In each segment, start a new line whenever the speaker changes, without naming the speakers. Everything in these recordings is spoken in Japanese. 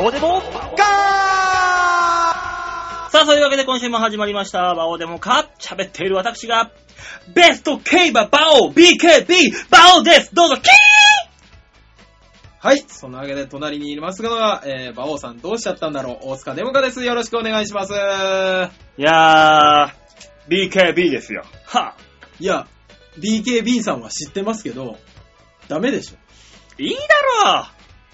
オデモガーさあ、そういうわけで今週も始まりました。バオデモか喋っている私が、ベスト競馬バオ BKB バオですどうぞキー
はい、そんなわけで隣にいますのが、えー、馬王さんどうしちゃったんだろう大塚デモカです。よろしくお願いします。
いやー、BKB ですよ。はぁ、
いや、BKB さんは知ってますけど、ダメでしょ。
いいだろ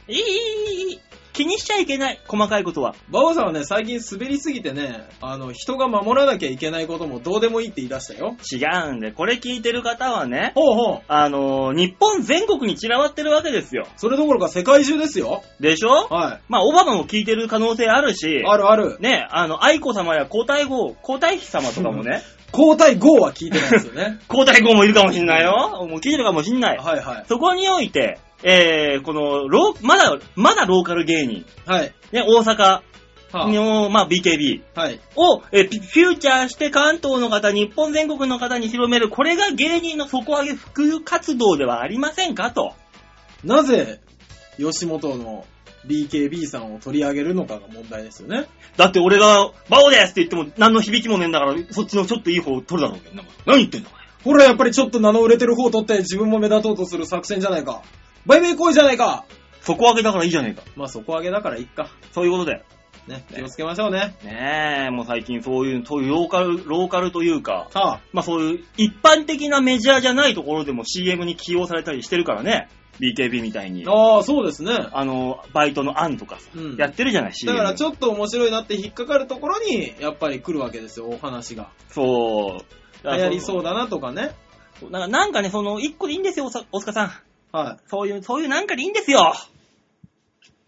ういいいいいいいい気にしちゃいけない、細かいことは。
馬王さんはね、最近滑りすぎてね、あの、人が守らなきゃいけないこともどうでもいいって言い出したよ。
違うんで、これ聞いてる方はね、
ほうほう。
あのー、日本全国に散らばってるわけですよ。
それどころか世界中ですよ。
でしょ
は
まあ、オバマも聞いてる可能性あるし、
い。あるある。
ね、あの、愛子様や皇太后、皇太妃様とかもね、
交代5は聞いてないですよね。
皇太后もいるかもしんないよ。もう聞いてるかもしんない。
はいはい。
そこにおいて、えー、この、ローまだ、まだローカル芸人、
はい。
ね、大阪
は
の、まあ、BKB
あ、はい。
を、えーピフューチャーして関東の方、日本全国の方に広める、これが芸人の底上げ普及活動ではありませんかと。
なぜ、吉本の BKB さんを取り上げるのかが問題ですよね。
だって俺が、バオですって言っても何の響きもねえんだから、そっちのちょっといい方を取るだろうけど、なんか何言ってんだお前
ほら、やっぱりちょっと名の売れてる方を取って自分も目立とうとする作戦じゃないか。売名行為じゃないか。
底上げだからいいじゃねえか。
まあ、底上げだからいっか。
そういうことだよ。
ね、気をつけましょうね。
ねえ、もう最近そういう、そういうローカル、ローカルというか、
はあ、
まあそういう一般的なメジャーじゃないところでも CM に起用されたりしてるからね。BKB みたいに。
ああ、そうですね。
あの、バイトの案とかさ、
うん
やってるじゃない、CM。
だからちょっと面白いなって引っかかるところに、やっぱり来るわけですよ、お話が。
そう。
流行りそうだなとかね。
そうなんか。なんかね、その、一個でいいんですよ、おさ大塚さん。
は
そういう、そういうなんかでいいんですよ。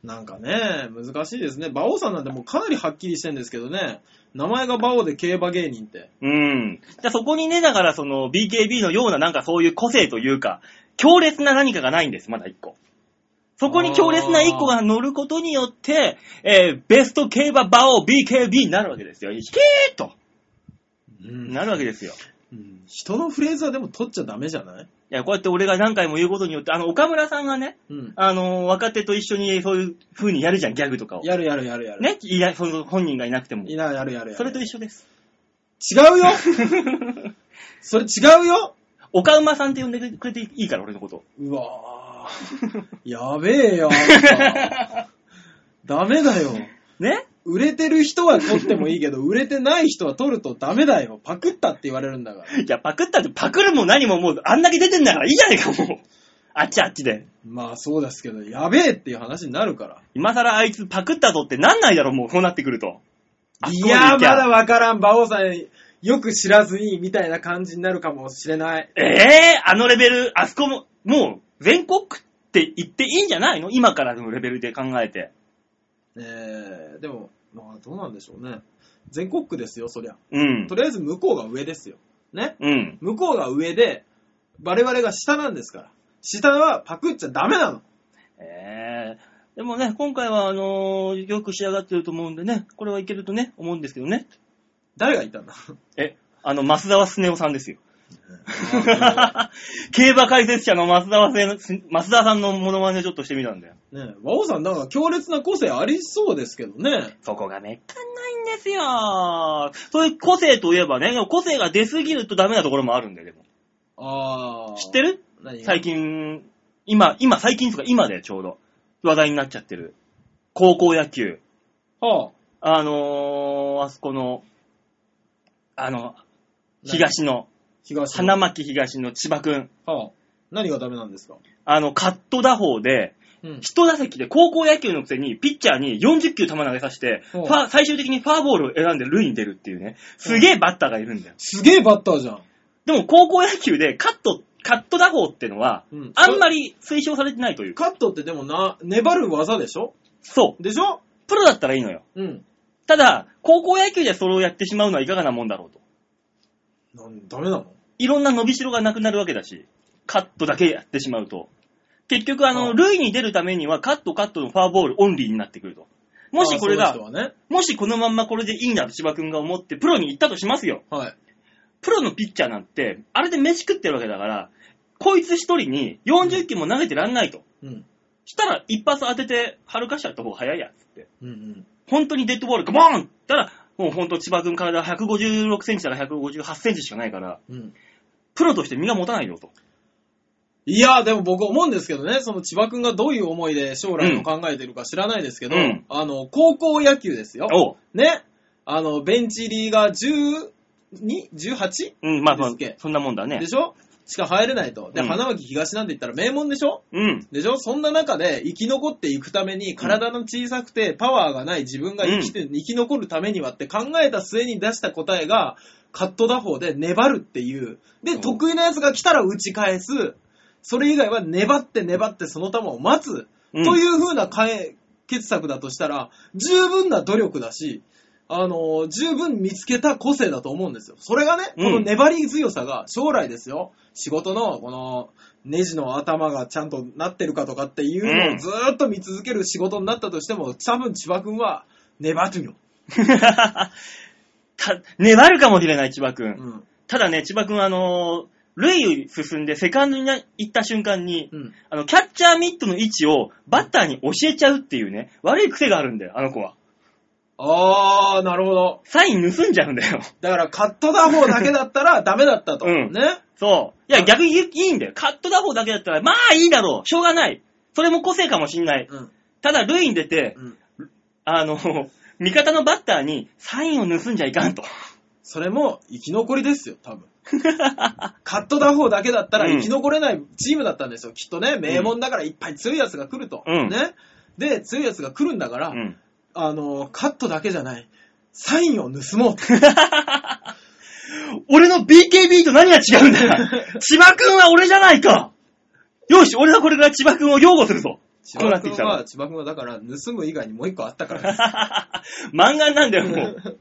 い。なんかね、難しいですね。馬王さんなんてもうかなりはっきりしてんですけどね。名前が馬王で競馬芸人って。
うん。じゃあそこにね、だからその BKB のようななんかそういう個性というか、強烈な何かがないんです、まだ一個。そこに強烈な一個が乗ることによって、えーベスト競馬馬王 BKB になるわけですよ。ひけーっと
うん
なるわけですよ。
うん人のフレーズはでも取っちゃダメじゃない
いや、こうやって俺が何回も言うことによって、あの、岡村さんがね、
うん。
あの若手と一緒にそういう風にやるじゃん、ギャグとかを。
やるやるやるやる。。
ねいや、その本人がいなくても。
いな、やるやるやる。
それと一緒です。
違うよそれ違うよ
岡馬さんって呼んでくれていいから、俺のこと。
うわぁ。やべえよ、あんたダメだよ。
ね
売れてる人は取ってもいいけど、売れてない人は取るとダメだよ。パクったって言われるんだから。
いや、パクったって、パクるも何ももう、あんだけ出てんだからいいじゃねえか、もう。あっちあっちで。
まあそうですけど、やべえっていう話になるから。
今更あいつパクったぞってなんないだろ、もう、そうなってくると。あ
い
こう
やー、ま
でいけ
だわからん、馬王さん、よく知らずに、みたいな感じになるかもしれない。
ええあのレベル、あそこも、もう、全国区って言っていいんじゃないの今からのレベルで考えて。
えー、でも、まあどうなんでしょうね。全国区ですよ、そりゃ。
うん
と。りあえず向こうが上ですよ。ね
うん。
向こうが上で、我々が下なんですから。下はパクっちゃダメなの。
ええでもね、今回は、あのーよく仕上がってると思うんでね、これはいけるとね、思うんですけどね。
誰が 言ったんだ
え、あの、増沢スネ夫さんですよ。 競馬解説者の増沢せ増沢さんのモノマネをちょっとしてみたんだよ。
ねえ、和王さん、なんか強烈な個性ありそうですけどね。
そこがめったにないんですよ。そういう個性といえばね、でも個性が出すぎるとダメなところもあるんだよ、でも。
ああ。
知って
る
る
何が
最近、今、今、最近とか今でちょうど話題になっちゃってる。高校野球。
はあ。
あのー、あそこの、あの、東の、
東。
花巻東の千葉くん。
はあ。何がダメなんですか
あの、カット打法で、
うん。
一打席で高校野球のくせに、ピッチャーに40球球投げさせて、フ
うん
ァ最終的にフォアボールを選んで塁に出るっていうね、すげえバッターがいるんだよ。
すげえバッターじゃん。
でも高校野球でカット、カット打法ってのは、
うん
あんまり推奨されてないというか、
カットってでもな、粘る技でしょ
そう。
でしょ
プロだったらいいのよ。
うん。
ただ、高校野球でそれをやってしまうのはいかがなもんだろうと。
なんダメなの
いろんな伸びしろがなくなるわけだし、カットだけやってしまうと。結局、あ
あ
の、
あ
塁に出るためにはカットカットのフォアボールオンリーになってくると。もしこれ
あー
が、
そういう人はね。
もしこのまんまこれでいいなと千葉くんが思ってプロに行ったとしますよ。
はい。
プロのピッチャーなんて、あれで飯食ってるわけだから、こいつ一人に40球も投げてらんないと。
うん。
したら一発当てて、歩かしちゃった方が早いや、つって。
うんうん。
本当にデッドボール、ガボーンったら、もう本当千葉君体156センチから158センチしかないから、
うん。
プロとして身が持たないよと。
いや、でも僕思うんですけどね、その千葉くんがどういう思いで将来を考えてるか知らないですけど、
うん
あの、高校野球ですよ。
おう。
ね。あの、ベンチ入りが 12?18?
うん、まあまあ
ですっけ、
そんなもんだね
で。しょしか入れないと。で、
うん
花巻東なんて言ったら名門でしょ
うん。
でしょそんな中で生き残っていくために、体の小さくてパワーがない自分が生きて、生き残るためにはって考えた末に出した答えが、カット打法で粘るっていう。で、
うん
得意なやつが来たら打ち返す。それ以外は粘って粘ってその球を待つ。
うん
という風な解決策だとしたら、十分な努力だし、あのー十分見つけた個性だと思うんですよ。それがね、
う
こ
ん
の粘り強さが将来ですよ。仕事の、この、ネジの頭がちゃんとなってるかとかっていうの
うん
をずーっと見続ける仕事になったとしても、多分千葉くんは、粘るよ。
た粘るかもしれない、千葉君。
うん。
ただね、千葉君、あのー、塁進んでセカンドにな行った瞬間に、
うん。
あの、キャッチャーミットの位置をバッターに教えちゃうっていうね、悪い癖があるんだよ、あの子は。
あー、なるほど。
サイン盗んじゃうんだよ。
だから、カット打法だけだったらダメだったと。
うん
ね。
そう。い
あ
や、逆にいいんだよ。カット打法だけだったら、まあいいだろう。しょうがない。それも個性かもしんない。
うん。
ただ、塁に出て、
うん。
あの、味方のバッターにサインを盗んじゃいかんと。
それも生き残りですよ、多 分。カット打法だけだったら
うん
生き残れないチームだったんですよ。きっとね、名門だからいっぱい強いやつが来ると。
うん
ね。で、強いやつが来るんだから、
うん。
あの、カットだけじゃない、サインを盗もうと。
俺の BKB と何が違うんだ よ千葉君は俺じゃないかよし、俺はこれから千葉君を擁護するぞ
千
こうな
葉
って
君
きたら
は、千葉君はだから、盗む以外にもう一個あったから です。
漫画なんだよ、もう。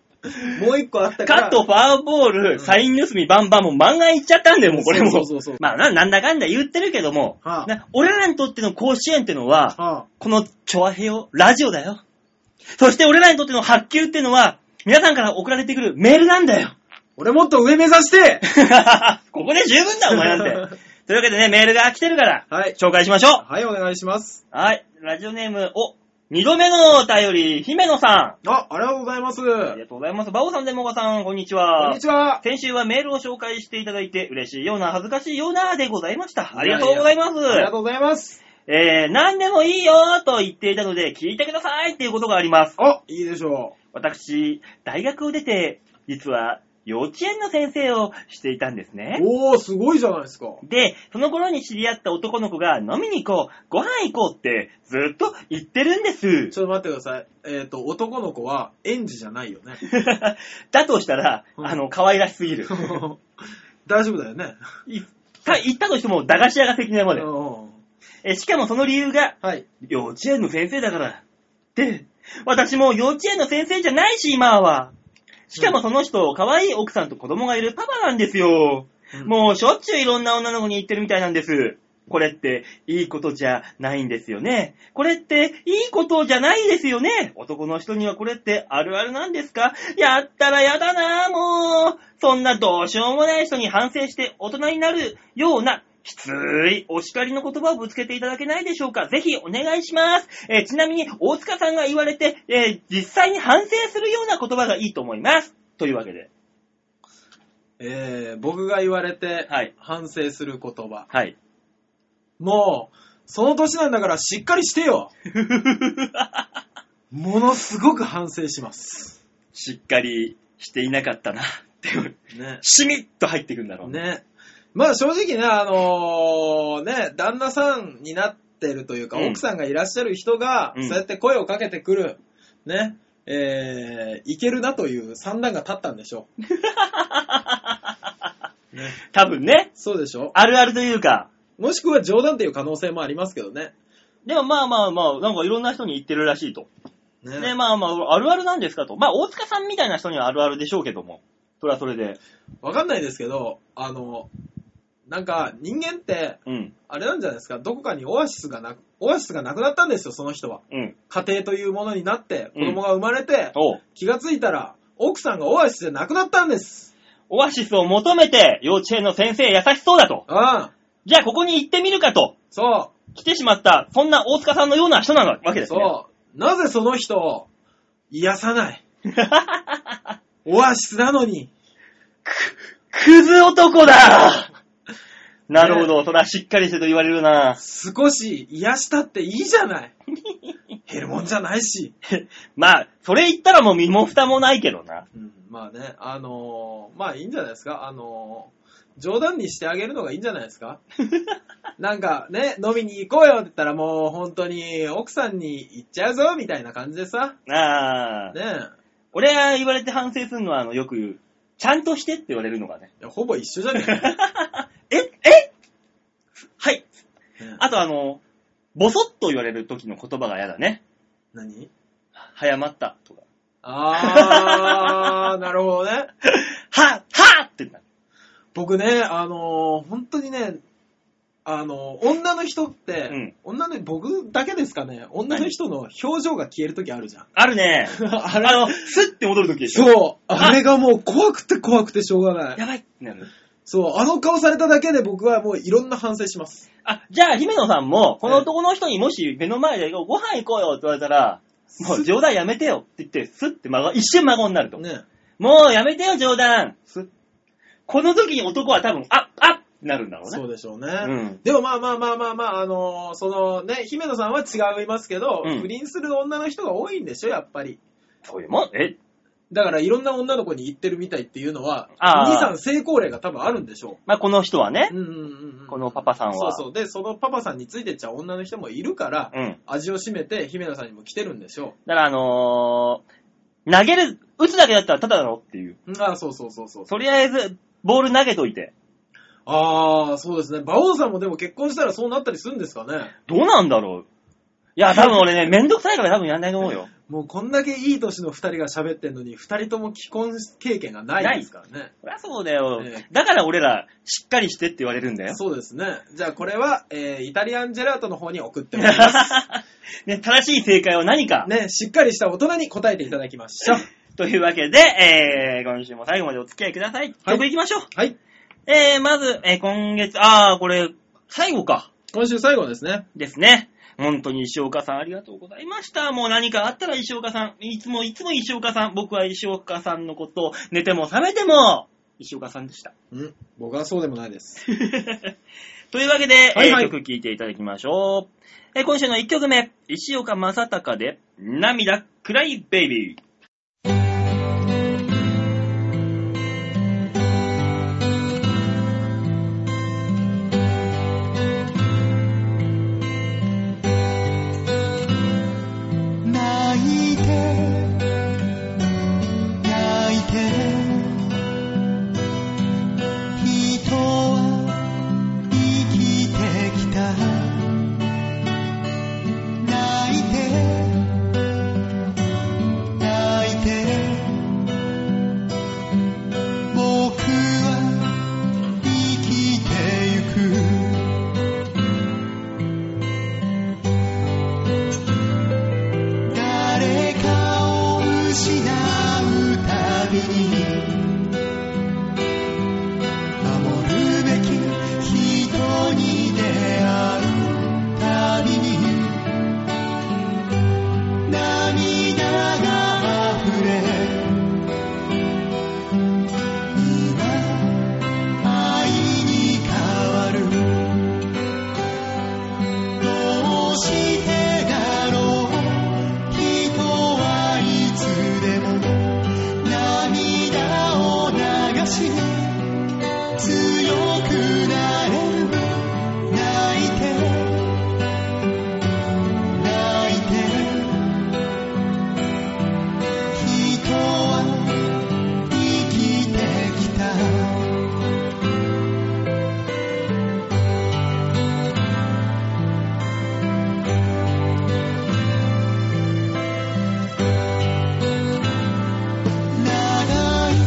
もう一個あったから。
カット、ファーボール、サイン盗み、バンバン、もう漫画いっちゃったんだよ、もうこれも。
そうそうそうそう
まあな、なんだかんだ言ってるけども、
はあ
な俺らにとっての甲子園ってのは、
あ
このチョアヘヨ、ラジオだよ。そして俺らにとっての発球ってのは、皆さんから送られてくるメールなんだ よ。
俺もっと上目指して
ここで十分だ、お前なんて。というわけでね、メールが来てるから、
はい。
紹介しましょう。
はい、お願いします。
はい、ラジオネーム、お、二度目のお便り、姫野さ
あ、ありがとうございます。
ん。ありがと
こ
うございます。バオさん、デモカさん、こんにちは。
んにちは。
先週はメールを紹介していただいて嬉しいような恥ずかしいようなでございました。あ
い
り
やいや
がとうございます。
ありがとうございます。
えー、何でもいいよと言っていたので聞いてくださいっていうことがあります。
あ、いいでしょ
私、大学を出て、実は幼稚園の先生をしていたんです
う
ね。。
おー、すごいじゃないですか。
で、その頃に知り合った男の子が飲みに行こう、ご飯行こうってずっと言ってるんです。
ちょっと待ってください。えっ、と、男の子は園児じゃないよね。
だとしたら、
うん
あの、可愛らしす ぎる。
大丈夫だよね。
いた行ったとしても駄菓子屋が関根まで。
は
えしかもその理由が、
い。
幼稚園の先生だから。で、私も幼稚園の先生じゃないし、今は。しかもその人、可愛い奥さんと子供がいるパパなんですよ。
う
もうしょっちゅういろんな女の子に言ってるみたいなんです。これって、いいことじゃないんですよね。これって、いいことじゃないですよね。男の人にはこれってあるあるなんですかやったらやだなぁ、もう。そんなどうしようもない人に反省して大人になるような、きついお叱りの言葉をぶつけていただけないでしょうかぜひお願いします。えーちなみに、大塚さんが言われて、えー実際に反省するような言葉がいいと思います。というわけで。
えー僕が言われて
はい、
反省する言葉。
はい。
もう、その年なんだからしっかりしてよものすごく反省します。
しっかりしていなか ったなっていう、
ね。
しみっと入ってくるんだろうね。
ね。まあ正直ね、あのーね、旦那さんになってるというか、
うん
奥さんがいらっしゃる人が、
うん
そうやって声をかけてくる、ね、えー、いけるなという算段が立ったんでしょう。ね、
多分ね、
そうでしょ
あるあるというか、
もしくは冗談という可能性もありますけどね。
でもまあまあまあ、なんかいろんな人に言ってるらしいと。
ね
で、まあまあ、あるあるなんですかと。まあ、大塚さんみたいな人にはあるあるでしょうけども。それはそれで。
わかんないですけど、あの、なんか人間って、
うん、
あれなんじゃないですか、どこかにオアシスがなく、オアシスがなくなったんですよ、その人は。
うん。
家庭というものになって、
うん
子供が生まれて、
おう
気がついたら、奥さんがオアシスで亡くなったんです。
オアシスを求めて、幼稚園の先生優しそうだと。
ああ、
じゃあ、ここに行ってみるかと。
そ
来てしまった、そんな大塚さんのような人なわけ
う、
ですね。
そう。なぜその人を癒さないオアシスなのに。
クズ男だ なるほど、そらしっかりしてと言われるな。
少し癒したっていいじゃない。減るもんじゃないし。
まあ、それ言ったらもう身も蓋もないけどな。
うん、まあね、あのーまあいいんじゃないですか。あのー冗談にしてあげるのがいいんじゃないですか。なんかね、飲みに行こうよって言ったらもう本当に奥さんに行っちゃうぞみたいな感じでさ。
ああ、
ね
俺が言われて反省するのは、あの、よく言う、ちゃんとしてって言われるのがね。
えいやほぼ一緒じゃね
ええはい。
えねえ
あとあの、ボソッと言われる時の言葉が嫌だね。
何
早まったとか。
あー、なるほどね。
ははってなる。
僕ね、あのー本当にね、あのー女の人って、
うん
女の、僕だけですかね、女の人の表情が消えるときあるじゃん。
あるね。
あ
あ
れ
の、スッて戻る時でしょ。
そう。あれがもう怖くて怖くてしょうがない。
やばいってなる。
そう。あの顔されただけで僕はもういろんな反省します。
あ、じゃあ、姫野さんも、この男の人にもし目の前でご飯行こうよって言われたら、もう冗談やめてよって言って、スッて孫、一瞬孫になると。
ね。
もうやめてよ、冗談スッこの時に男は多分、あっ、あっってなるんだろうね。
そうでしょうね。
うん
でもまあまあまあまあまあ、あのーそのね、姫野さんは違いますけど、
うん
不倫する女の人が多いんでしょ、やっぱり。
そういうもん、え、
だからいろんな女の子に言ってるみたいっていうのは、
あー
兄さん成功例が多分あるんでしょ
まあ、この人はね
う。、うんうんうん。
このパパさんは
そうそう。で、そのパパさんについてっちゃう女の人もいるから、
うん。
味を占めて姫野さんにも来てるんでしょ
だから、あのー投げる、打つだけだったらただだろっていう。
う。うんああ、そうそうそうそう。
とりあえず、ボール投げといて。
ああ、そうですね。馬王さんもでも結婚したらそうなったりするんですかね。
どうなんだろういや、多分俺ね、めんどくさいから多分やんないと思うよ。
もうこんだけいい年の二人が喋ってんのに、二人とも既婚経験がないですからね。
そりゃそうだよ
ええ。
だから俺ら、しっかりしてって言われるんだよ。
そうですね。じゃあこれは、えー、イタリアンジェラートの方に送ってもらいます。
ね、正しい正解は何か、
ね、しっかりした大人に答えていただきま しょう。
というわけで、えー、今週も最後までお付き合いください。
はい
曲いきましょう。
はい。
えー、まず、えー、今月、あー、これ、最後か。
今週最後ですね。
ですね。本当に石岡さんありがとうございました。もう何かあったら石岡さん。いつもいつも石岡さん。僕は石岡さんのことを寝ても覚めても石岡さんでした。
うん。僕はそうでもな いです。
というわけで、
はいはい
えー曲聴いていただきましょう。えー今週の1曲目、石岡正隆で、涙くらいベイビー。
泣いて泣いて人は生きてきた泣いて泣いて僕は生きてゆく誰かを失うたびに守るべき人に出会うたびに涙が溢れ今愛に変わるどうしてだろう人はいつでも涙を流し強くなれる泣いて泣いて人は生きてきた長い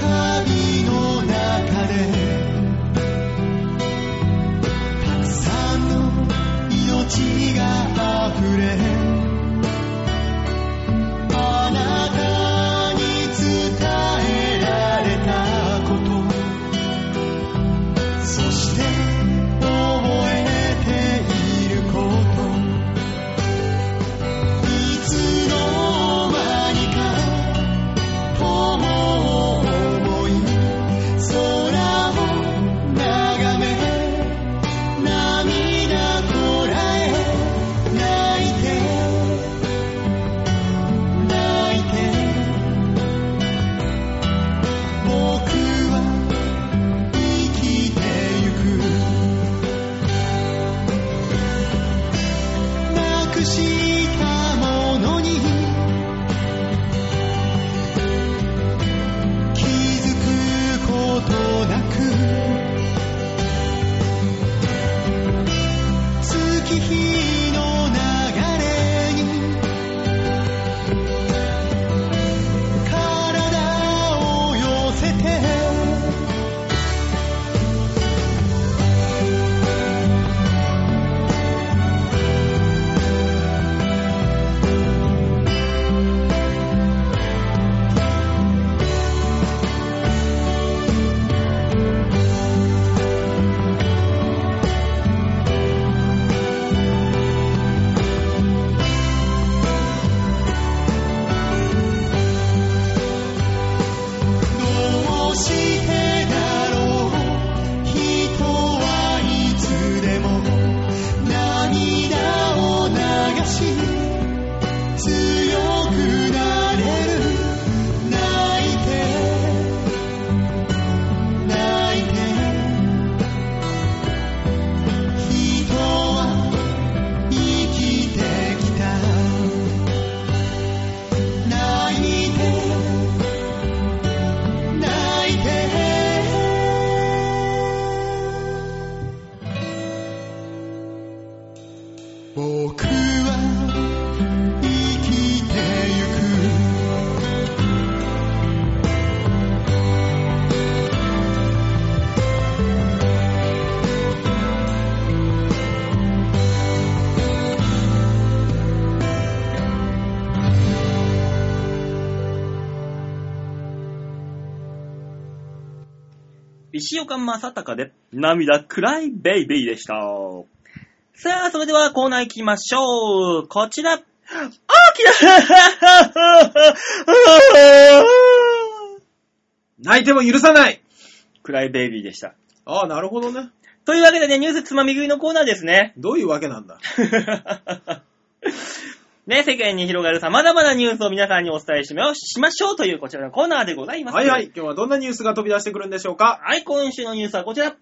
旅の中で僕は生きてゆく
石岡正隆で涙くらいベイビーでした。さあ、それではコーナー行きましょう。こちら。大きな
泣いても許さない
くらいベイビーでした。
ああ、なるほどね。
というわけでね、ニュースつまみ食いのコーナーですね。
どういうわけなんだ。
ね、世間に広がる様々なニュースを皆さんにお伝えしましましょうというこちらのコーナーでございます。
はいはい。。今日はどんなニュースが飛び出してくるんでしょうか
はい、今週のニュースはこちら。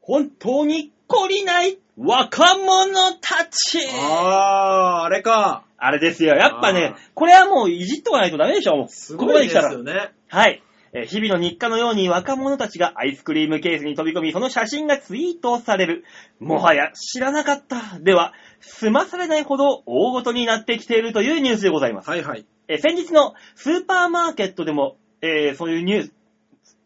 本当に懲りない若者たち
ああー、あれか。
あれですよ。やっぱね
あー、
これはもういじっとかないとダメでしょ、もう。
すごいです
ここま
よね。
はい。えー日々の日課のように若者たちがアイスクリームケースに飛び込み、その写真がツイートされる。もはや知らなかった。では、済まされないほど大ごとになってきているというニュースでございます。
はいはい。
えー先日のスーパーマーケットでも、えーそういうニュース、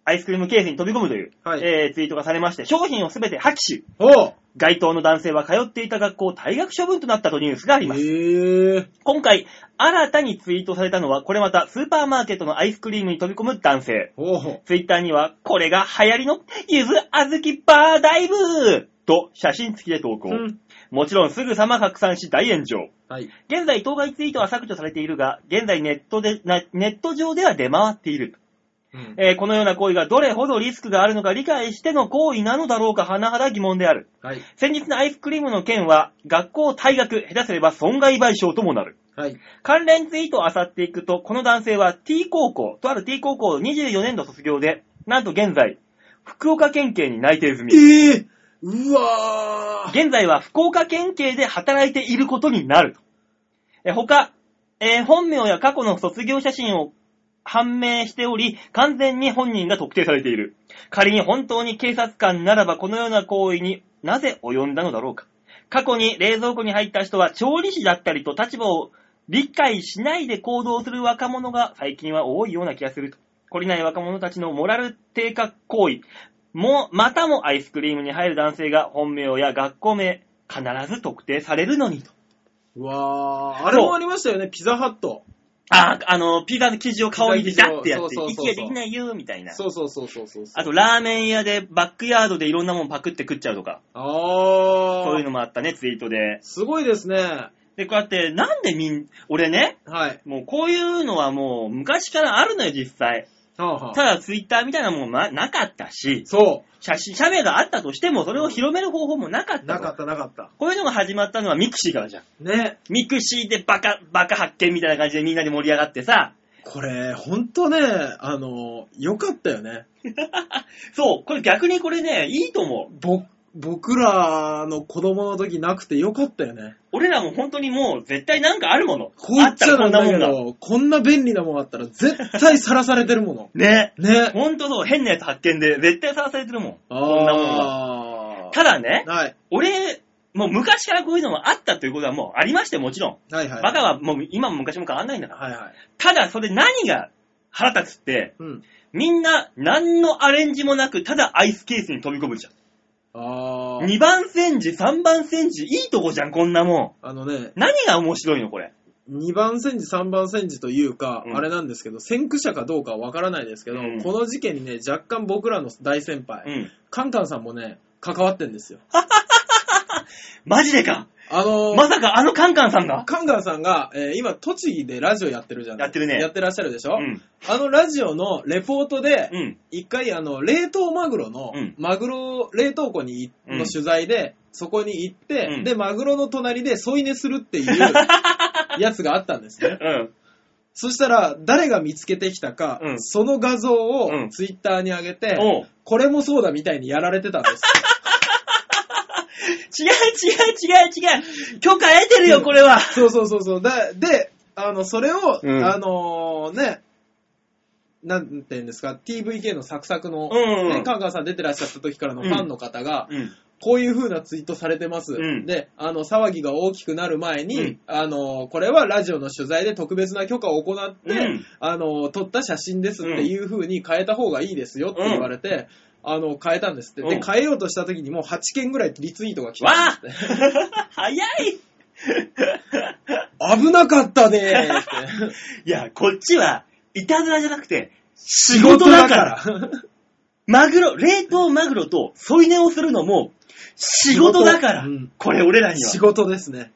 アイスクリームケースに飛び込むという、
はい
えーツイートがされまして、商品をすべて破棄し、
おう
該当の男性は通っていた学校を退学処分となったというニュースがあります。
へえ。
今回、新たにツイートされたのは、これまたスーパーマーケットのアイスクリームに飛び込む男性。
おう
ツイッターには、これが流行りの、ゆずあずきバーダイブと写真付きで投稿。
うん
もちろんすぐさま拡散し大炎上。
はい。
現在、当該ツイートは削除されているが、現在ネットで、なネット上では出回っている。
うん
えーこのような行為がどれほどリスクがあるのか理解しての行為なのだろうか、甚だ疑問である。
はい。
先日のアイスクリームの件は、学校退学、下手すれば損害賠償ともなる。
はい。
関連ツイートを漁っていくと、この男性は T 高校、とある T 高校24年度卒業で、なんと現在、福岡県警に内定済み。
ええうわー
現在は福岡県警で働いていることになると。え他、えー本名や過去の卒業写真を判明しており、完全に本人が特定されている。仮に本当に警察官ならば、このような行為になぜ及んだのだろうか。過去に冷蔵庫に入った人は調理師だったりと立場を理解しないで行動する若者が最近は多いような気がすると。懲りない若者たちのモラル低下行為、もう、またもアイスクリームに入る男性が本名や学校名、必ず特定されるのにと。
うわーあれもありましたよね、ピザハット。
あ、あの、ピザの生地を顔にビタってやって、
そうそうそうそう
息ができないよ、みたいな。
そうそうそうそうそうそう。
あと、ラーメン屋でバックヤードでいろんなもんパクって食っちゃうとか、
あ
そういう
ー
のもあったね、ツイートで。
すごいですね。
で、こうやって、なんでみん、俺ね、
はい。
もうこういうのはもう昔からあるのよ、実際。
はあはあ
ただ、ツイッターみたいなもんまなかったし、
そ
写真、写メがあったとしても、それを広める方法もなか
う。
った
な
と。
かったなかった。
こういうのが始まったのはミクシーからじゃん。
ね。
ミクシーでバカ、バカ発見みたいな感じでみんなで盛り上がってさ、
これ、ほんとね、あの、よかったよね。
そう、これ逆にこれね、いいと思う。
ぼ、僕らの子供の時なくてよかったよね。
俺らも本当にもう絶対なんかあるもの。
こいつ
あ
ら
ったら
な
こ
ん
んな
だ
も
け
んが。
ど、こんな便利なもんあったら絶対さらされてるも の。
ね。
ね。
ほんとそう、変なやつ発見で絶対晒されてるもん。こんなもんは。
あ
ただね
ー。、はい。
俺、もう昔からこういうのもあったということはもうありましてもちろん。
はいはい。
バカはもう今も昔も変わんないんだから。
はいはい。
ただそれ何が腹立つって、
うん。
みんな何のアレンジもなく、ただアイスケースに飛び込むじゃん。
あー。
2番煎じ、3番煎じ、いいとこじゃん、こんなもん。
あのね、
何が面白いのこれ。
2番戦時、3番戦時というか、
うん
あれなんですけど、先駆者かどうかはわからないですけど、
うん
この事件にね、若干僕らの大先輩、
うん。
カンカンさんもね、関わってんですよ。
マジでか
あのー
まさかあのカンカンさんが
カンカンさんが、えー今、栃木でラジオやってるじゃない
やってるね
やってらっしゃるでしょ、
うん。
あのラジオのレポートで、
うん。
一回、あの、冷凍マグロの
うん、
マグロ冷凍庫にい、
うん
の取材で、そこに行って、
うん
で、マグロの隣で添い寝するっていう やつがあったんですね。
うん。
そしたら、誰が見つけてきたか、
うん
その画像を
うん
ツイッターに上げて、
おう
これもそうだみたいにやられてたん です。
違う違う違う違う許可得てるよ、これは
そうそうそうそう。で、であの、それを、
うん
あのーね、なんていうんですか、TVK のサクサクの、
うんうん
ね、カンカンさん出てらっしゃった時からのファンの方が、
うん。
こういう風なツイートされてます。
うん
で、あの、騒ぎが大きくなる前に、
うん
あの、これはラジオの取材で特別な許可を行っ
う
て、
ん
あの、撮った写真ですっていう風に変えた方がいいですよって言われて、あの、変えたんですって。
う
で、
ん
変えようとした時にもう8件ぐらいリツイートが来
わ
たん
あ
です
早い
って。危なかったでーって。
いや、こっちは、いたずらじゃなくて、 仕事だから。
仕事だから。
マグロ、冷凍マグロと添い寝をするのも、仕事だから。
仕事うん
これ俺らには
仕。事ですね。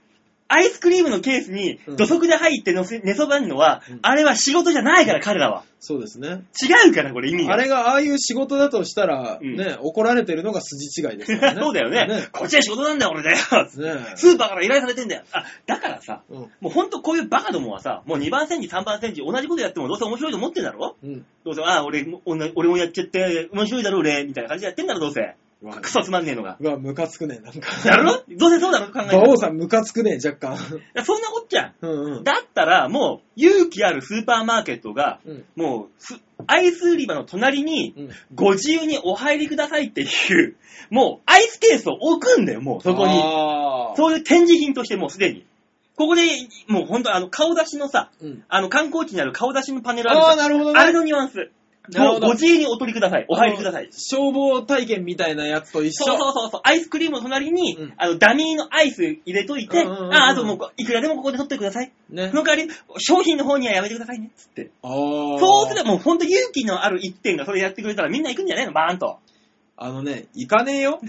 アイスクリームのケースに
うん
土足で入ってのせ寝そばんのは、
うん
あれは仕事じゃないから彼らは。
そうですね。
違うからこれ意味が。
あれがああいう仕事だとしたら、
うん
ね、怒られてるのが筋違いですから ね。
そうだよねこっちは仕事なんだよ俺だよ。
ね。ね
スーパーから依頼されてんだよ。あ、だからさ、
うん
もうほんとこういうバカどもはさ、もう2番線に3番線に同じことやってもどうせ面白いと思ってんだろ
うん。
どうせ、あ、俺も、俺俺もやっちゃって、面白いだろ俺、みたいな感じでやってんだろどうせ。
わ
クソつまんねえのが。
うわ、ムカつくね、なんか。
やろどうせそうだろ考えた
馬
ら
王
い
さん、ムカつくね、若干。
やそんなこっちゃん。
うんうん。
だったら、もう、勇気あるスーパーマーケットが、
うん
もうす、アイス売り場の隣に、
うん
ご自由にお入りくださいっていう、もう、アイスケースを置くんだよ、もう、そこに。
あー
そういう展示品としてもうすでに。ここで、もうほんと、あの、顔出しのさ、
うん
あの、観光地にある顔出しのパネルあるじ
あ
ゃ
ー、
ん
なるほど
あれ
ね。
のニュアンス。
なる
も
ほ
う、
ど
ご自由にお取りください。お入りください。
消防体験みたいなやつと一
そうそ
緒。
うそうそう、アイスクリームの隣に、
うん
あの、ダミーのアイス入れといて、
うんうんうん
あ、あともうこ、いくらでもここで取ってください。
ね
そ。の代わり、商品の方にはやめてくださいね、つって。
あー
そうすればもう本当勇気のある一点がそれやってくれたらみんな行くんじゃないのバーンと。
あのね、行かねえよ。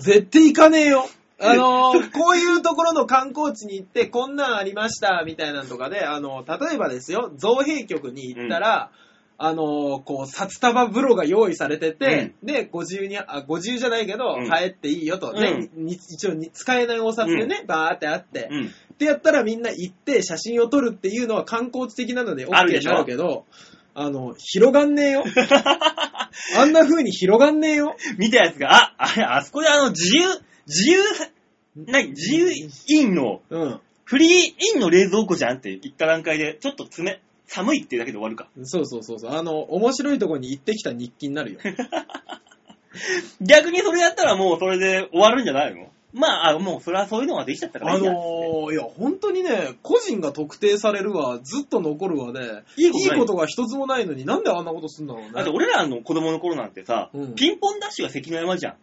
絶対行かねえよ。あのーこういうところの観光地に行って、こんなんありました、みたいなのとかで、あのー例えばですよ、造幣局に行ったら、あのーこう、札束風呂が用意されてて、で、ご自由に、あ、ご自由じゃないけど、
うん
帰っていいよと。で、に一応に、使えないお札でね、バーってあって、
うん。
ってやったらみんな行って写真を撮るっていうのは観光地的なので OK
あるで
に
しょ
なるけど、あの、広がんねえよ。あんな風に広がんねえよ。
見たやつが、あ、あれ、あそこであの、自由、自由、何自由インの、
うん。
フリーインの冷蔵庫じゃんって言った段階で、ちょっと冷、寒いっていうだけで終わるか。
そうそうそうそう。あの、面白いとこに行ってきた日記になるよ。
逆にそれやったらもうそれで終わるんじゃないのまあ、あもうそれはそういうのができちゃったから
あ
いいや。
のー、いや、本当にね、個人が特定されるわ、ずっと残るわで、
いいことない
が一つもないのになんであんなことすんだろうね。
だって俺らの子供の頃なんてさ、
うん
ピンポンダッシュが関の山じゃん。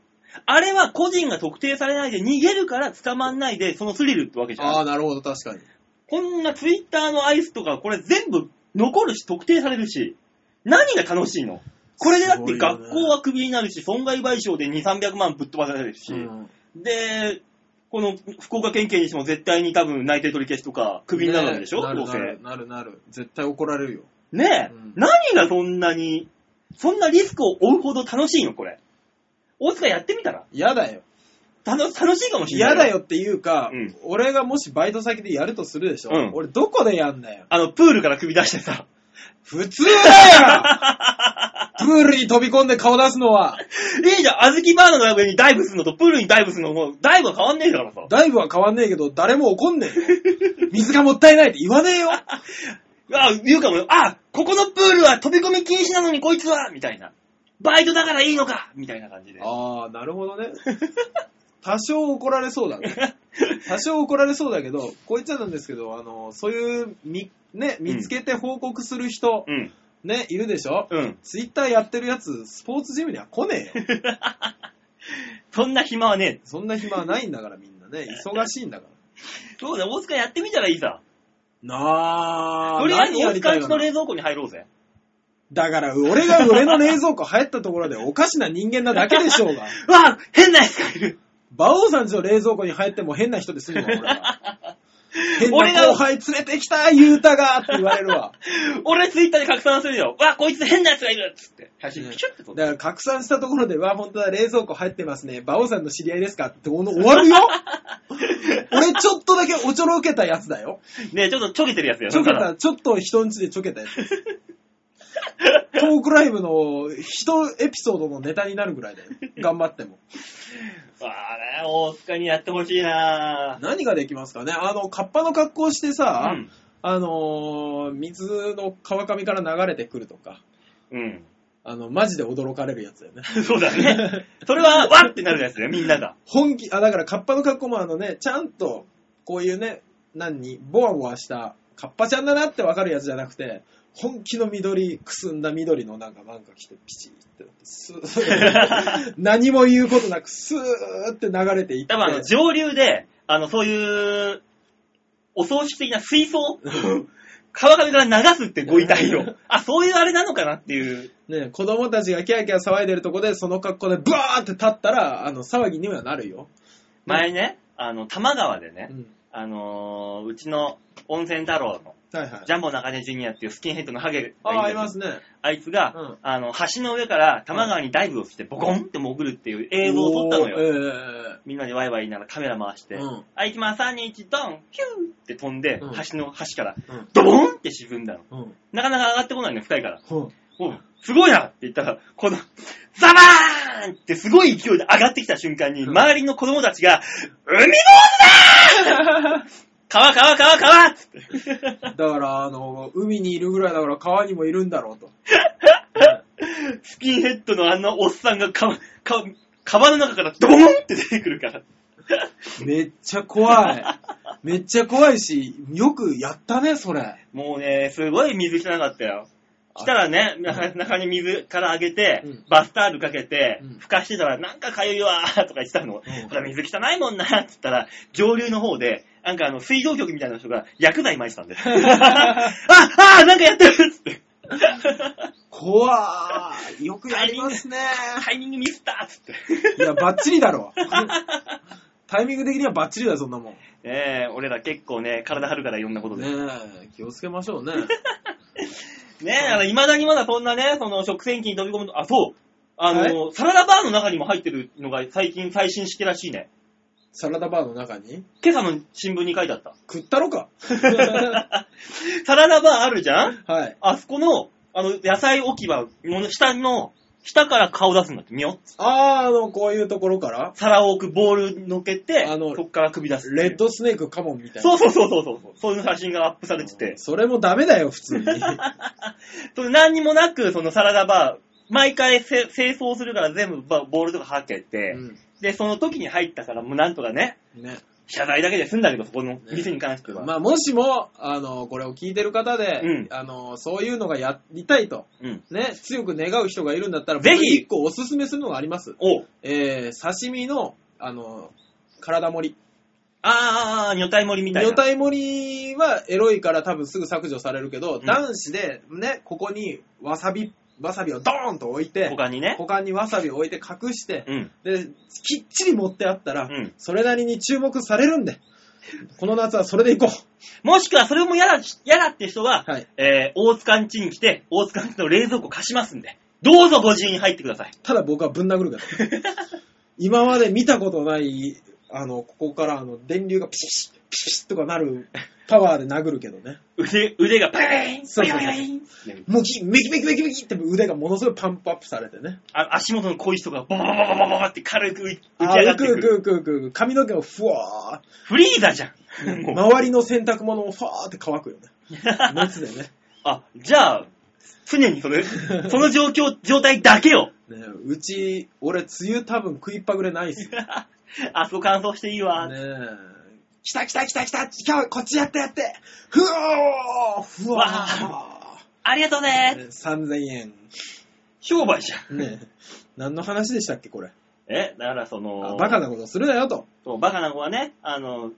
あれは個人が特定されないで逃げるから捕まんないで、そのスリルってわけじ
あ
ゃ
あ、
ん。
なるほど、確かに。
こんなツイッターのアイスとか、これ全部残るし特定されるし、何が楽しいのこれでだって
すごいよね
学校はクビになるし、損害賠償で2、300万ぶっ飛ばされるし、
うん
で、この福岡県警にしても絶対に多分内定取り消しとかクビになるんでしょ、
ねな
ど
る
う
な
せ
る。なるなる。絶対怒られるよ。
ねえ、
うん
何がそんなに、そんなリスクを負うほど楽しいのこれ。大塚やってみたら
嫌だよ。
楽楽しいかもしれない。
嫌だ。よっていうか、
うん
俺がもしバイト先でやるとするでしょ、
うん
俺どこでやんだよ。
あの、プールから首出してさ、
普通 だよプールに飛び込んで顔出すのは、
いいじゃん、小豆バーナの上にダイブするのとプールにダイブするのもう、ダイブは変わんねえからさ。
ダイブは変わんねえけど、誰も怒んねえよ。水がもったいないって言わねえよ。
あ、言うかもよ。あ、ここのプールは飛び込み禁止なのにこいつはみたいな。バイトだからいいのかみたいな感じで。
ああ、なるほどね。多少怒られそうだね。多少怒られそうだけど、こいつはなんですけど、あの、そういう、み、ね、見つけて報告する人、
うん。
ね、いるでしょ、
うん。
ツイッターやってるやつ、スポーツジムには来ねえよ。
そんな暇はね
そんな暇はないんだからみんなね。忙しいんだから。
え。そうだ、大塚やってみたらいいさ。
なあ
とりあえず大塚んち
か
の冷蔵庫に入ろうぜ。
だから、俺が俺の冷蔵庫入ったところでおかしな人間なだけでしょうが。
うわ変なやつがいる
馬王さんちの冷蔵庫に入っても変な 人ですむわ、俺は。変
俺
な
が
後輩連れてきた、ゆうたがって言われる わ。
俺ツイッターで拡散するよ。わ、こいつ変な奴がいるっつって。写真ピシュッて撮って。
だから拡散したところで、わ、本当だ、冷蔵庫入ってますね。馬王さんの知り合いですかってこの終わ るよ俺ちょっとだけおちょろけたやつだよ。
ねえちょっとちょけてるやつよ。
ちょけ
だか
た、ちょっと人んちでちょけたやつ。トークライブの一エピソードのネタになるぐらいだよ。頑張っても。
ら。あれ、大塚にやってほしいなぁ。
何ができますかねあの、カッパの格好してさ、
うん
あのー水の川上から流れてくるとか、
うん。
あの、マジで驚かれるやつだよね。
そうだ ね。それは、わってなるやつね、みんなが。
本気、あ、だからカッパの格好もあのね、ちゃんと、こういうね、何に、ボワボワした、カッパちゃんだなってわかるやつじゃなくて、本気の緑、くすんだ緑のなんかなんか着て、ピチってなって、スー ッ何も言うことなく、スーって流れていって
多、分あの、上流で、あの、そういう、お葬式的な水槽川上から流すってご遺体を。あ、そういうあれなのかなっていう。
ね、子供たちがキャーキャー騒いでるとこで、その格好でブワーって立ったら、あの、騒ぎにはなるよ。
前ね、あの、多摩川でね、
うん。
あのーうちの温泉太郎の、
はいはい。
ジャンボ中根ジュニアっていうスキンヘッドのハゲ
あ
がいるん
あ、
だ
い
けど
ますね。
あいつが、
うん
あの、橋の上から多摩川にダイブをして、ボコンって潜るっていう映像を撮ったのよ。
よ。
みんなでワイワイ言いながらカメラ回して、
えー、うん。
あ、いきます、3、2、1、ドン、ヒューって飛んで、
うん
橋の端から
うん、
ドボンって沈んだの。
うん。
なかなか上がってこないの、深いから。
うん。
おうすごいなって言ったら、この、ザバーンってすごい勢いで上がってきた瞬間に、
うん
周りの子供たちが、海坊主だ ー川川川川っつって。
だから、あの、海にいるぐらいだから川にもいるんだろうと。
スキンヘッドのあのおっさんがか、か、カバンの中からドボンって出てくるから。
めっちゃ怖い。めっちゃ怖いし、よくやったね、それ。
もうね、すごい水汚かったよ。したらね、な中に水からあげて、
うん
バスタオルかけて
うん、
ふかしてたら、なんかかゆいわーとか言ってたの。
うん
ほら、水汚いもんなーって言ったら、上流の方で、なんかあの、水道局みたいな人が薬剤撒いてたん で。あ、あー、なんかやってるっつって。
怖い。よくやりますね。
タイミングミスったっつって。
いや、バッチリだろ。タイミング的にはバッチリだよ、そんなもん。
ねえ、俺ら結構ね、体張るからいろんなことで。ね
ねえ、気をつけましょう ね。
え、あの、未だにまだそんなね、その、食洗機に飛び込むと、あ、そう。あの、サラダバーの中にも入ってるのが最近最新式らしいね。
サラダバーの中に
今朝の新聞に書いてあった。
食った ろか。
サラダバーあるじゃん
はい。
あそこの、あの、野菜置き場の下の、下から顔出すんだって、みよ。
あー、あの、こういうところから、
皿を置く、ボール乗っけて、
あの
そっから首出すっていう。
レッドスネークカモンみたいな。
そうそうそうそうそう。そういう写真がアップされてて。
それもダメだよ、普通 に。
それ何にもなく、そのサラダバー、毎回せ清掃するから全部ばボールとかはけて、で、その時に入ったから、もうなんとかね、
うんね。
謝罪だけで済んだけど、そこの店に関しては。
まあ、もしも、あの、これを聞いてる方で、
うん
あの、そういうのがやりたいと、
うん。
ね、強く願う人がいるんだったら、
ぜひ
僕一個おすすめするのがあります。
おう
えー、刺身の、あの、体盛り。
あーあー、あー女体盛りみたいな。
女体盛りはエロいから多分すぐ削除されるけど、
ん
男子で、ね、ここにわさび、わさびをドーンと置いて、
他にね。
股間にわさびを置いて隠して、
うん。
で、きっちり持ってあった
う
ら、
ん
それなりに注目されるんで、この夏はそれでいこう。
もしくは、それも嫌だ、嫌だって人は、
はい。
えー、大塚ん家に来て、大塚ん家の冷蔵庫貸しますんで、どうぞご自由に入ってください。
ただ僕はぶん殴る から。今まで見たことない、あの、ここからあの、電流がピシッ、ピシッとかなるパワーで殴るけどね。
腕、腕がパーン
そうそうそ
パリパ
う
リパリーン
ムキ、メキメキメキメキって腕がものすごいパンプアップされてね。
あ足元の小石とかがボボボボボボボって軽く浮き浮
あ
き上が
う
ってく
くうく
る。
うくうくうく、髪の毛をふわ
フリーザじゃん。
ー。
もう
周りの洗濯物もふわーって乾くよね。熱でね。
あ、じゃあ、常にそれ、その状況、状態だけを。
ねうち、俺、梅雨多分食いっぱぐれないっすよ。ね
あそこ乾燥していいわ。
え。来た来た来た来た今日こっちやってやってふおーふわー
ありがとうね。
3000円。
商売じゃん。
ねえ 何の話でしたっけ、これ。
え、だからそ
あ
の、
バカなことするなよと。
そうバカな子はね、あの、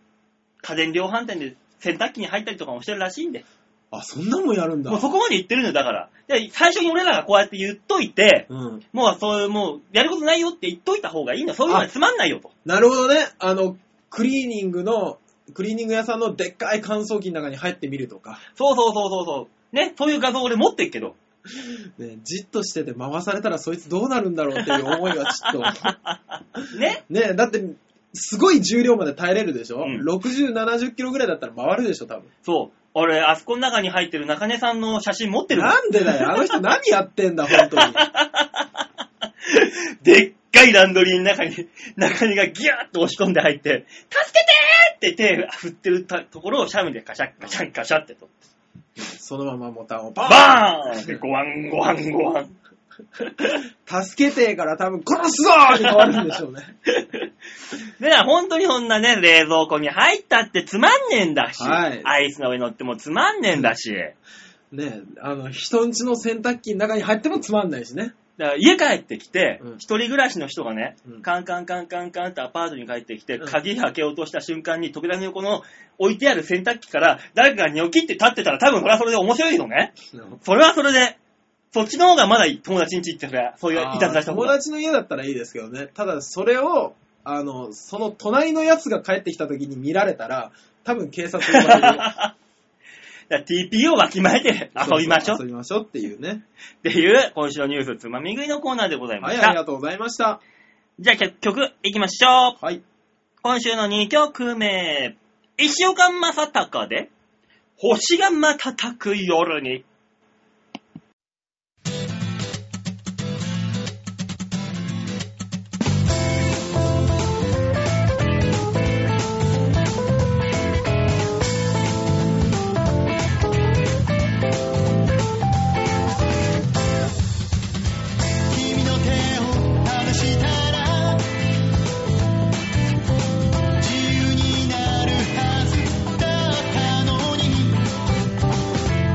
家電量販店で洗濯機に入ったりとかもしてるらしいんで。
あ、そんなもんやるんだ。
もうそこまで言ってるのよ、だから。で最初に俺らがこうやって言っといて、
うん。
もうそういう、もう、やることないよって言っといた方がいいんだ。そういうのはつまんないよと。
なるほどね。あの、クリーニングの、クリーニング屋さんのでっかい乾燥機の中に入ってみるとか、
そうそうそうそうそう。ね、そういう画像俺持ってっけど。
ね、じっとしてて回されたらそいつどうなるんだろうっていう思いはち ょっ
ね。
と。ね、だって、すごい重量まで耐えれるでしょ、
うん
?60、70キロぐらいだったら回るでしょ、多分。
そう。俺、あそこの中に入ってる中根さんの写真持ってるもん
なんでだよ、あの人何やってんだ、本当に。
でっかいランドリーの中に、 中身がギューッと押し込んで入って、助けてーって手振ってるたところをシャムでカシャッカシャッカシャッってと。
そのままボタンをバーン
バーンってごわんごわんご わん。
助けてーから多分殺すぞーに変わるんでしょうね。
ねえ、本当にそんなね、冷蔵庫に入ったってつまんねえんだし、
はい
アイスの上乗ってもつまんねえんだし、
ねえあの、人んちの洗濯機の中に入ってもつまんないしね。
だから家帰ってきて、
うん
一人暮らしの人がね、
うん
カンカンカンカンカンってアパートに帰ってきて、
うん
鍵開けようとした瞬間に扉の横の置いてある洗濯機から誰かがニョキって立ってたら多分それはそれで面白いのね。それはそれで、そっちの方がまだ友達んち行ってそれはそういういたずらした方
友
が。
達の家だったらいいですけどね。ただ、それを、あの、その隣のやつが帰ってきた時に見られたら、多分警察呼 ばれる
だから TP をわきまえて遊びましょう
遊びましょうっていうね。
っていう今週のニュースつまみ食いのコーナーでございま
はい、
し
あり
た。
がとうございました。
じゃあ曲行きましょう。
はい。
今週の2曲目、石岡正隆で、星が瞬く夜に。
君の手を離したら自由になるはずだったのに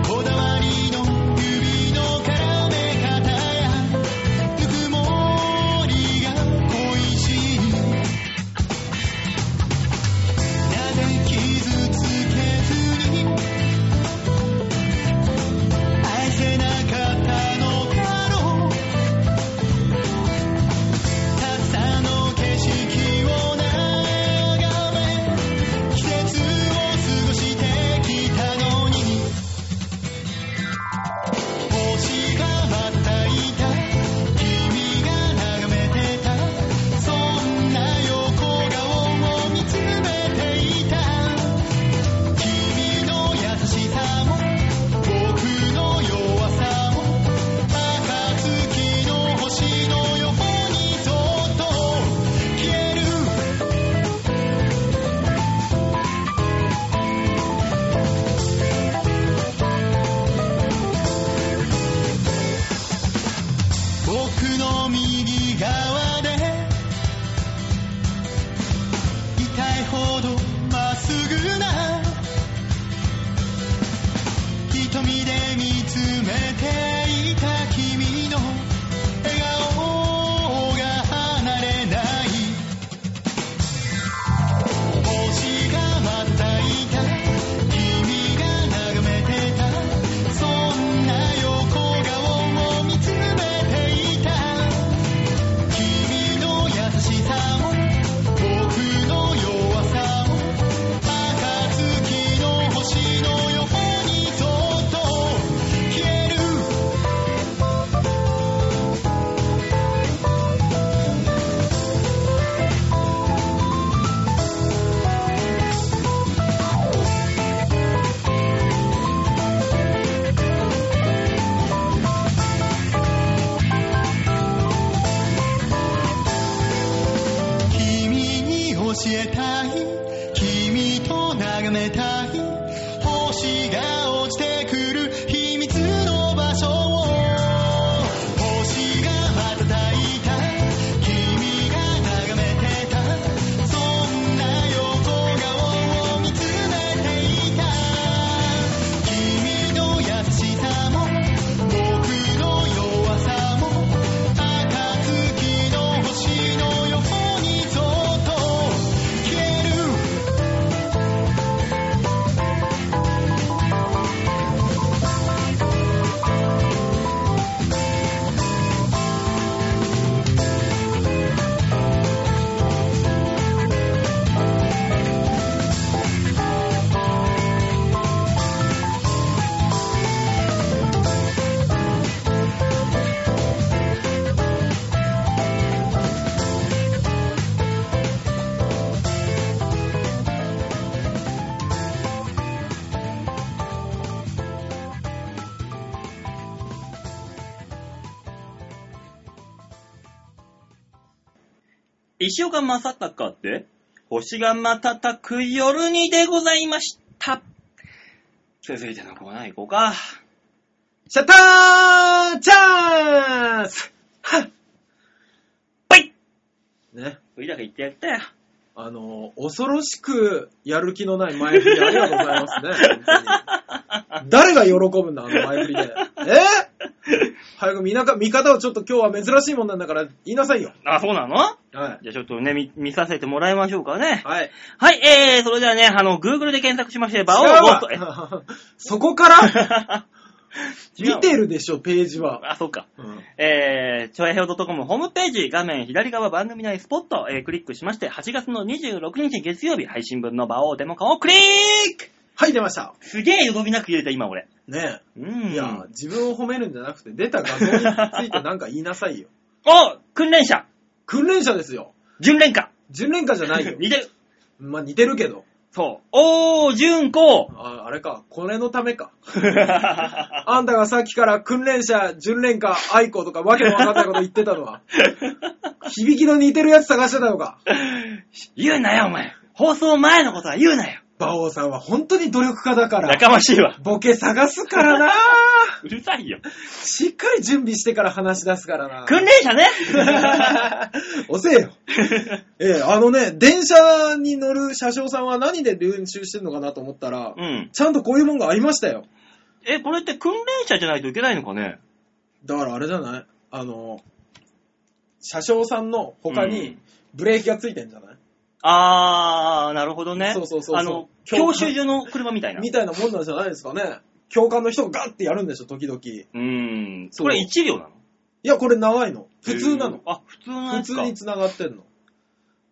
こだわりの指の絡め方やぬくもりが恋しいなぜ傷つけずに愛せなかったのだろうたったの景色を眺め季節を過ごしてきたのに星がまたいた君が眺めてたそんな横顔を見つめていた君の優しさも僕の弱さも「暁の星の横にそっと消える」「僕の右側で痛いほどまっすぐな」瞳で見つめていた君の笑顔が離れない星がまたいた君が眺めてたそんな横顔を見つめていた君の優しさも僕の弱さも暁の星の横にそっと消える君に教えたい君と眺めたい星が落ちてくる秘密の場所を星が瞬いた君が眺めてたそんな横顔を見つめていた君の優しさも僕の弱さも暁の星の横にそっと消える
石岡正隆って、星が瞬く夜にでございました。続いてのコーナー行こうか。
シャッターチャンスはっ
バイ
ね。
振りだけ言ってやったよ。
あの、恐ろしくやる気のない前振りありがとうございますね。本当に誰が喜ぶんだ、あの前振りで。え早く見なか、見方をちょっと今日は珍しいもんなんだから言いなさいよ。
あ、そうなの
はい。
じゃあちょっとね、見、見させてもらいましょうかね。
はい。
はい、えー、それではね、あの、Google で検索しまして、バオーゴスト、え
違うわ そこから
違う
見てるでしょ、ページは。
あ、そうか。
うん
えー、ちょやへお .com ホームページ、画面左側番組内スポット、えー、クリックしまして、8月の26日月曜日、配信分のバオーデモカをクリック
はい、出ました。
すげえ喜びなく入れた、今俺。
ね
う
え。
ん。
いや、自分を褒めるんじゃなくて、出た画像についてなんか言いなさいよ。
お訓練者
訓練者ですよ。
準練歌
純練歌じゃ ないよ。
似てる
まあ、似てるけど。
そう。おー、準子
あ、あれか。これのためか。あんたがさっきから訓練者、純練歌、愛子とかわけのわかんないこと言ってたのは。響きの似てるやつ探してたのか。
言うなよ、お前放送前のことは言うなよ
馬王さんは本当に努力家だから。
やかましいわ
ボケ探すからな
うるさいよ。
しっかり準備してから話し出すからな
訓 練 者ね
遅えよ。ええ、あのね、電車に乗る車掌さんは何で練習してんのかなと思ったら、
うん。
ちゃんとこういうもんがありましたよ。
え、これって訓練者じゃないといけないのかね
だからあれじゃないあの、車掌さんの他
う
に
ん
ブレーキがついてんじゃない、
あー、なるほどね。
そうそうそうそう
あの、
教
教習所の車みたいな。
みたいなもんなんじゃないですかね。教官の人がガッてやるんでしょ、時々。いう
ーん。
そう
これ1秒なの
や、これ長いの。普通な
へー
の。
あ、普通のや
普
つ
通
か
に。繋がってんの。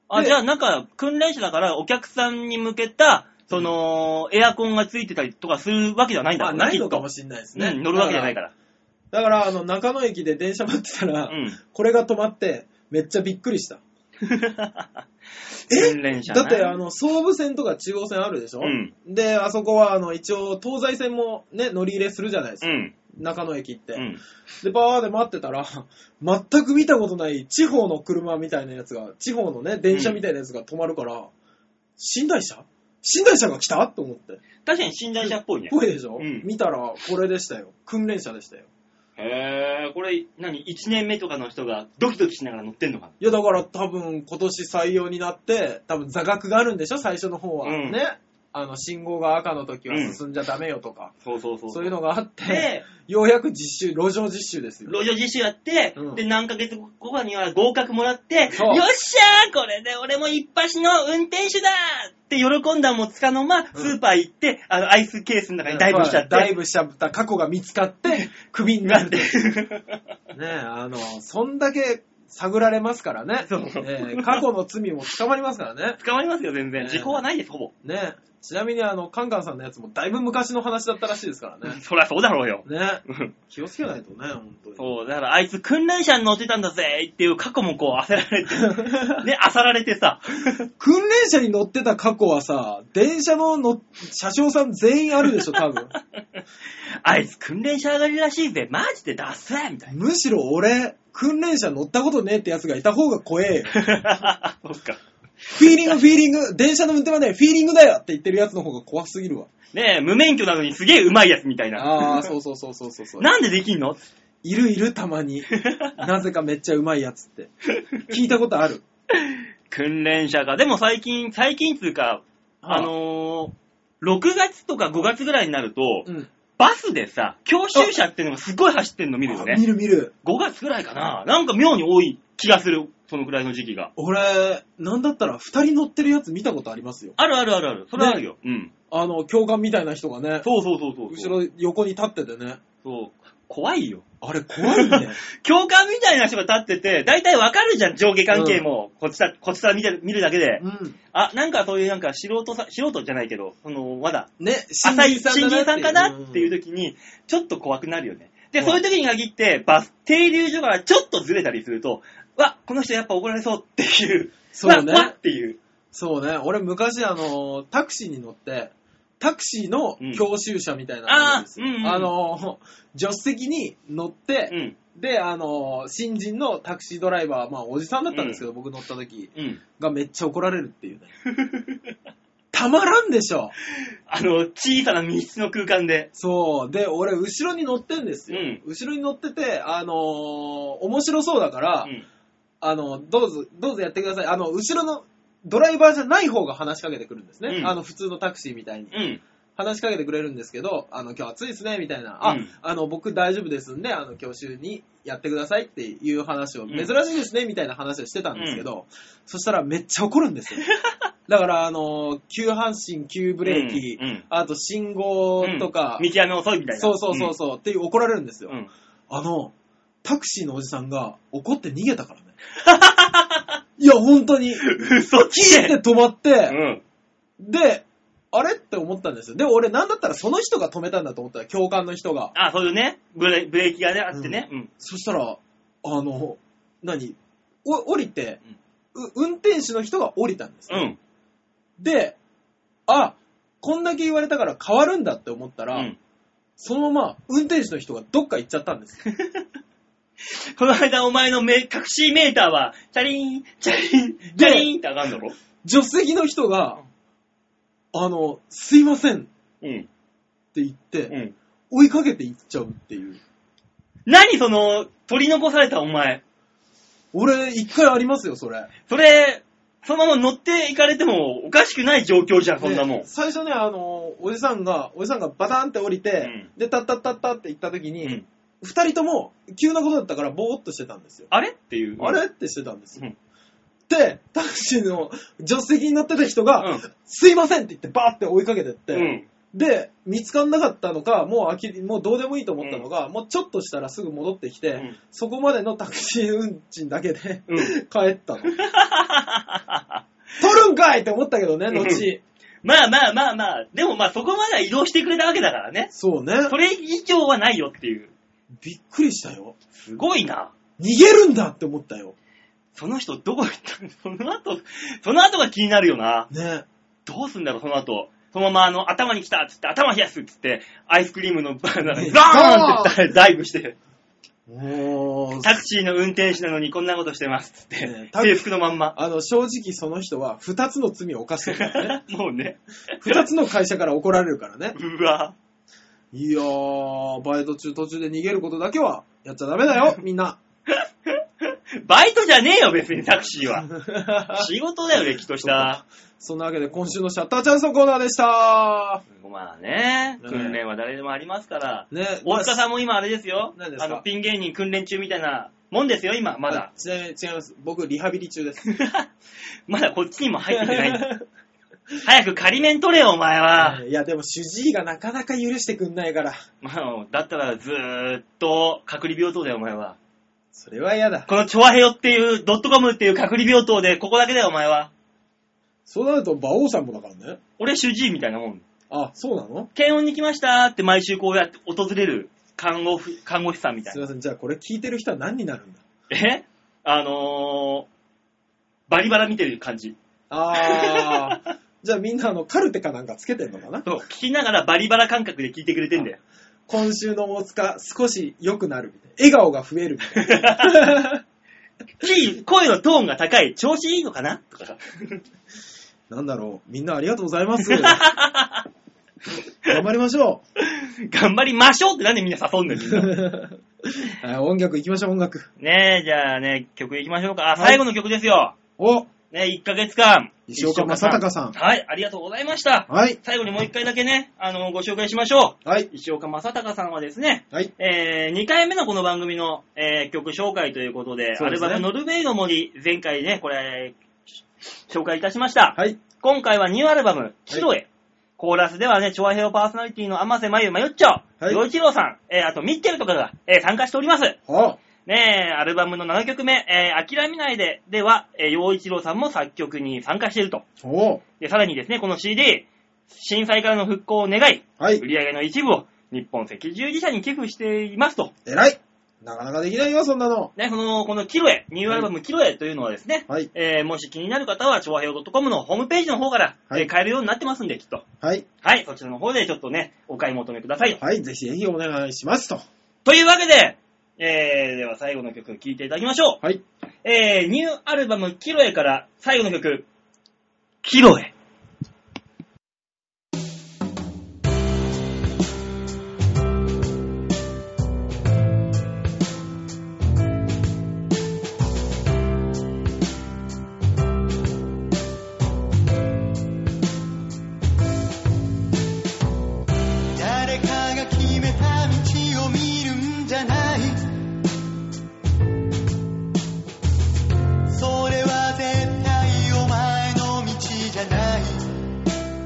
あ、
で
じゃあなんか、訓練者だからお客さんに向けた、その、エアコンがついてたりとかするわけではないんだ
ま
ろ
あ、
う
ないのかも
し
しれないです
れ
ね。
うん、乗るわけじゃないか
か
ら。
ら。だから、あの、中野駅で電車待ってたら、
うん。
これが止まって、めっちゃびっくりした。
訓練者ね
だって、あの、総武線とか中央線あるでしょ、
うん
で、あそこは、あの、一応、東西線もね、乗り入れするじゃないです
う
か。
ん。
中野駅って。
うん。
で、バーで待ってたら、 全く見たことない地方の車みたいなやつが、地方のね、電車みたいなやつが止まるから、寝台車寝台車が来たと思って。
確かに寝台者っぽいね。
ぽいでしょ、
うん
見たら、これでしたよ。訓練車でしたよ。
へー、これ、何 ?1 年目とかの人がドキドキしながら乗ってんのか
いや、だから多分今年採用になって、多分座学があるんでしょ最初の方は。
うん
ね。あの、信号が赤の時は進んじゃダメよとか、
そうそうそう。
そういうのがあって、
で、
ようやく実習、路上実習ですよ。
路上実習やって、
うん
で、何ヶ月後かには合格もらって、
そう
よっしゃーこれで俺も一発の運転手だーって喜んだもつかの間、スーパー行って、あの、アイスケースの中にダイブしちゃって。
ダイブしちゃった過去が見つ かって、クビになる。ね
て。
あの、そんだけ探られますからね。
そう
ええ過去の罪も捕まりますからね。
捕まりますよ、全然。
ね
時効はないです、ほぼ。
ねちなみにあの、カンカンさんのやつもだいぶ昔の話だったらしいですからね。
そりゃそうだろうよ。
ね
うん
気をつけないとね、本当に。
そう、だからあいつ訓練車に乗ってたんだぜっていう過去もこう焦られて、ね、焦られてさ。
訓練車に乗ってた過去はさ、電車の乗っ車掌さん全員あるでし ょ、多分。
あいつ訓練車上がりらしいぜ、マジで出せみたい
むしろ俺、訓練車乗ったことねえってやつがいた方が怖えよ。
な。そっか。
フィーリング、フィーリング、電車の運転はね、フィーリングだよって言ってるやつの方が怖すぎるわ。
ねえ、無免許なのにすげえうまいやつみたいな。
ああ、そうそうそうそうそうそう。
なんでできんの
いるいる、た まに。なぜかめっちゃうまいやつって。聞いたことある。
訓練者が。でも最近、最近つうか、
はあ
あのー、6月とか5月ぐらいになると、
うん。
バスでさ、教習車っていうのがすごい走ってんの見るよ
あ見
ね。
る見る。
5月ぐらいかな。なんか妙に多い気がする、そのくらいの時期が。
俺、なんだったら二人乗ってるやつ見たことありますよ。
あるあるあるある。それはあるよ。うん。
あの、教官みたいな人がね、
そうそうそうそうそう。
後ろ横に立っててね。
そう。怖いよ。
あれ怖 いね。
教官みたいな人が立ってて、大体わかるじゃん、上下関係も。こっちだ、こっちだ見てる見るだけで。
うん。
あ、なんかそういうなんか素人さ、素人じゃないけど、その、まだ、
ね、新
浅い新人
人
さ
さ
ん
ん
か
か
な
な
っていう
時、
時に、ちょっと怖くなるよね。で、そ
怖
うい
いう
時に限って、バス停留所からちょっとずれたりすると、わ、この人やっぱ怒られそうっていう、
そうね
わ、わっていう。
そうね、俺昔あの、タクシーに乗って、タクシーの教習車みたいなのがあるんですよ
うんあーうんうん
あの、助手席に乗って、
うん。
で、あの、新人のタクシードライバー、まあ、おじさんだったんですけど、僕乗った時
うん。
がめっちゃ怒られるっていうね。 たまらんでしょ
あの、小さな密室の空間で。
そう。で、俺、後ろに乗ってんですよ。
うん
後ろに乗ってて、あのー面白そうだから、
うん。
あの、どうぞ、どうぞやってください。あの、後ろのドライバーじゃない方が話しかけてくるんですね。
うん
あの、普通のタクシーみたいに。
うん。
話しかけてくれるんですけど、あの、今日暑いですね、みたいな。あ、
うん
あの、僕大丈夫ですんで、あの、教習にやってくださいっていう話を、
ん
珍しいですね、みたいな話をしてたんですけど、そしたらめっちゃ怒るんで すよ。だから、あの、急半身、急ブレーキ、
うんうん
あと信号とか、
道案の遅いみたいな。
そうそうそうそう、って怒られるんですよ。
うん。うん。
あの、タクシーのおじさんが怒って逃げた からね。いや、本当に。
嘘つ
キーっ
け
て止まっ
う
て、
ん。
で、あれって思ったんですよ。で、俺なんだったらその人が止めたんだと思ったら、教官の人が。
あ、そういうね、ブレブレーキがね、あってね。うん。
そしたら、あの、何お降りて、う運転手の人が降りたんです
う
ね、
ん。
で、あ、こんだけ言われたから変わるんだって思った
う
ら、
ん。
そのまま運転手の人がどっか行っちゃったんですよ
この間お前のめタクシーメーターは、チャリーン、チャリーン、チャリーンって上がんだろ
助手席の人が、あの、すいませんっ
うん。
て言って、
うん。
追いかけていっちゃうっていう。
何その、取り残されたお前。
俺、一回ありますよ、それ。
それ、そのまま乗っていかれてもおかしくない状況じゃん、そんなもん
で。最初ね、あの、おじさんが、おじさんがバタンって降りて、で、タッタッタッタって行った時
う
に、
ん。
二人とも、急なことだったから、ぼーっとしてたんですよ。
あれっていう。
あれってしてたんですよ。
うん
で、タクシーの助手席に乗ってた人
う
が、
ん
すいませんって言って、バーって追いかけてって、
うん。
で、見つかんなかったのか、もうあきもうどうでもいいと思ったのが、もうちょっとしたらすぐ戻ってきて、
うん
そこまでのタクシー運賃だけで、
うん
帰ったの。取るんかいって思ったけどね、後。
まあまあまあまあ、でもまあそこまでは移動してくれたわけだからね。
そうね。
それ以上はないよっていう。
びっくりしたよ。
すごいな。
逃げるんだって思ったよ。
その人どこ行ったのその後、その後が気になるよな。
ね。
どうすんだろう、その後。そのままあの、頭に来たっつって、頭冷やすっつって、アイスクリームの バーナーに
ね
バーンってダイブして、
もう、
タクシーの運転手なのにこんなことしてますっつって、
ねタク
制服のまんま。
あの、正直その人は二つの罪を犯してるから ね。
もうね、
二つの会社から怒られるからね。
うわ。
いやー、バイト中途中で逃げることだけはやっちゃダメだ よ、みんな。
バイトじゃねえよ、別にタクシー は。仕事だよ、歴史とした。
そんなわけで今週のシャッターチャンスのコーナーでした。
まあね、
ね
訓練は誰でもありますから。
ね、
大塚さんも今あれですよ。
何ですか
あの、ピン芸人訓練中みたいなも んですよ、今、まだ
あ。ちなみに違います。僕、リハビリ中です。
まだこっちにも 入ってきてないん だ。早く仮面取れよ、お前 は。
いや、でも主治医がなかなか許してくんないから、
まあ、だったらずーっと隔離病棟だよ、お前は。
それは嫌だ。
このチョアヘヨっていう、ドットコムっていう隔離病棟で、ここだけだよ、お前は。
そうなると、馬王さんもだからね。
俺、主治医みたいなもん。
あ、そうなの
検温に来ましたって毎週こうやって訪れる看護婦、看護師さんみたい
すい
な。
ません、じゃあこれ聞いてる人は何になるんだ
えあのー、バリバラ見てる感じ。
あー、 じゃあみんなあの、カルテかなんかつけてんのかな
そう、聞きながらバリバラ感覚で聞いてくれてんだよ。
今週の大塚、少し良くなるみたいな。笑顔が増えるみたいな。
キー声のトーンが高い。調子いいのかなとか。
なんだろう、みんなありがとうござい ます。頑張りましょ
頑張りましょうってなんでみんな誘うんだよ、みんな。
う。 はい音楽行きましょう、音楽。
ねえ、じゃあね、曲いきましょうか。あ、
はい
最後の曲ですよ。
お
ね、1ヶ月間。
石岡正隆さん
はい、ありがとうございました。
はい。
最後にもう一回だけね、あの、ご紹介しましょ
はい。
う。石岡正隆さんはですね、
はい。
え2回目のこの番組の、えー曲紹介ということで、
そう
ア
で
ル
すね
バムノルウェイの森、前回ね、これ、紹介いたしました。
はい。
今回はニューアルバム、シロエ。コーラスではね、チョアヘオパーソナリティの天瀬まゆまゆっちょ、
はい
洋一郎さん、えーあとミッチェルとかが、えー参加しております。
はあ。
ねえ、アルバムの7曲目、えー諦めないで、では、えー洋一郎さんも作曲に参加していると。
おう
で、さらにですね、この CD、震災からの復興を願い、
はい
売。り上げの一部を日本赤十字社に寄付していますと。
偉い。なかなかできないよ、そんなの。
ね、この、このキロエ、ニューアルバムキロエというのはですね、
はい。
えーもし気になる方は、調和表 .com のホームページの方から、
はい
えー買えるようになってますんで、きっと。
はい。
はい、そちらの方でちょっとね、お買い求めくださいよ。
はい。ぜひぜひお願いしますと。
というわけで、えー、では最後の曲聴いていただきましょ
はい。
う。えー、ニューアルバム、キロエから最後の曲、キロエ。
誰かが決めた道を見るんじゃないそれは絶対お前の道じゃない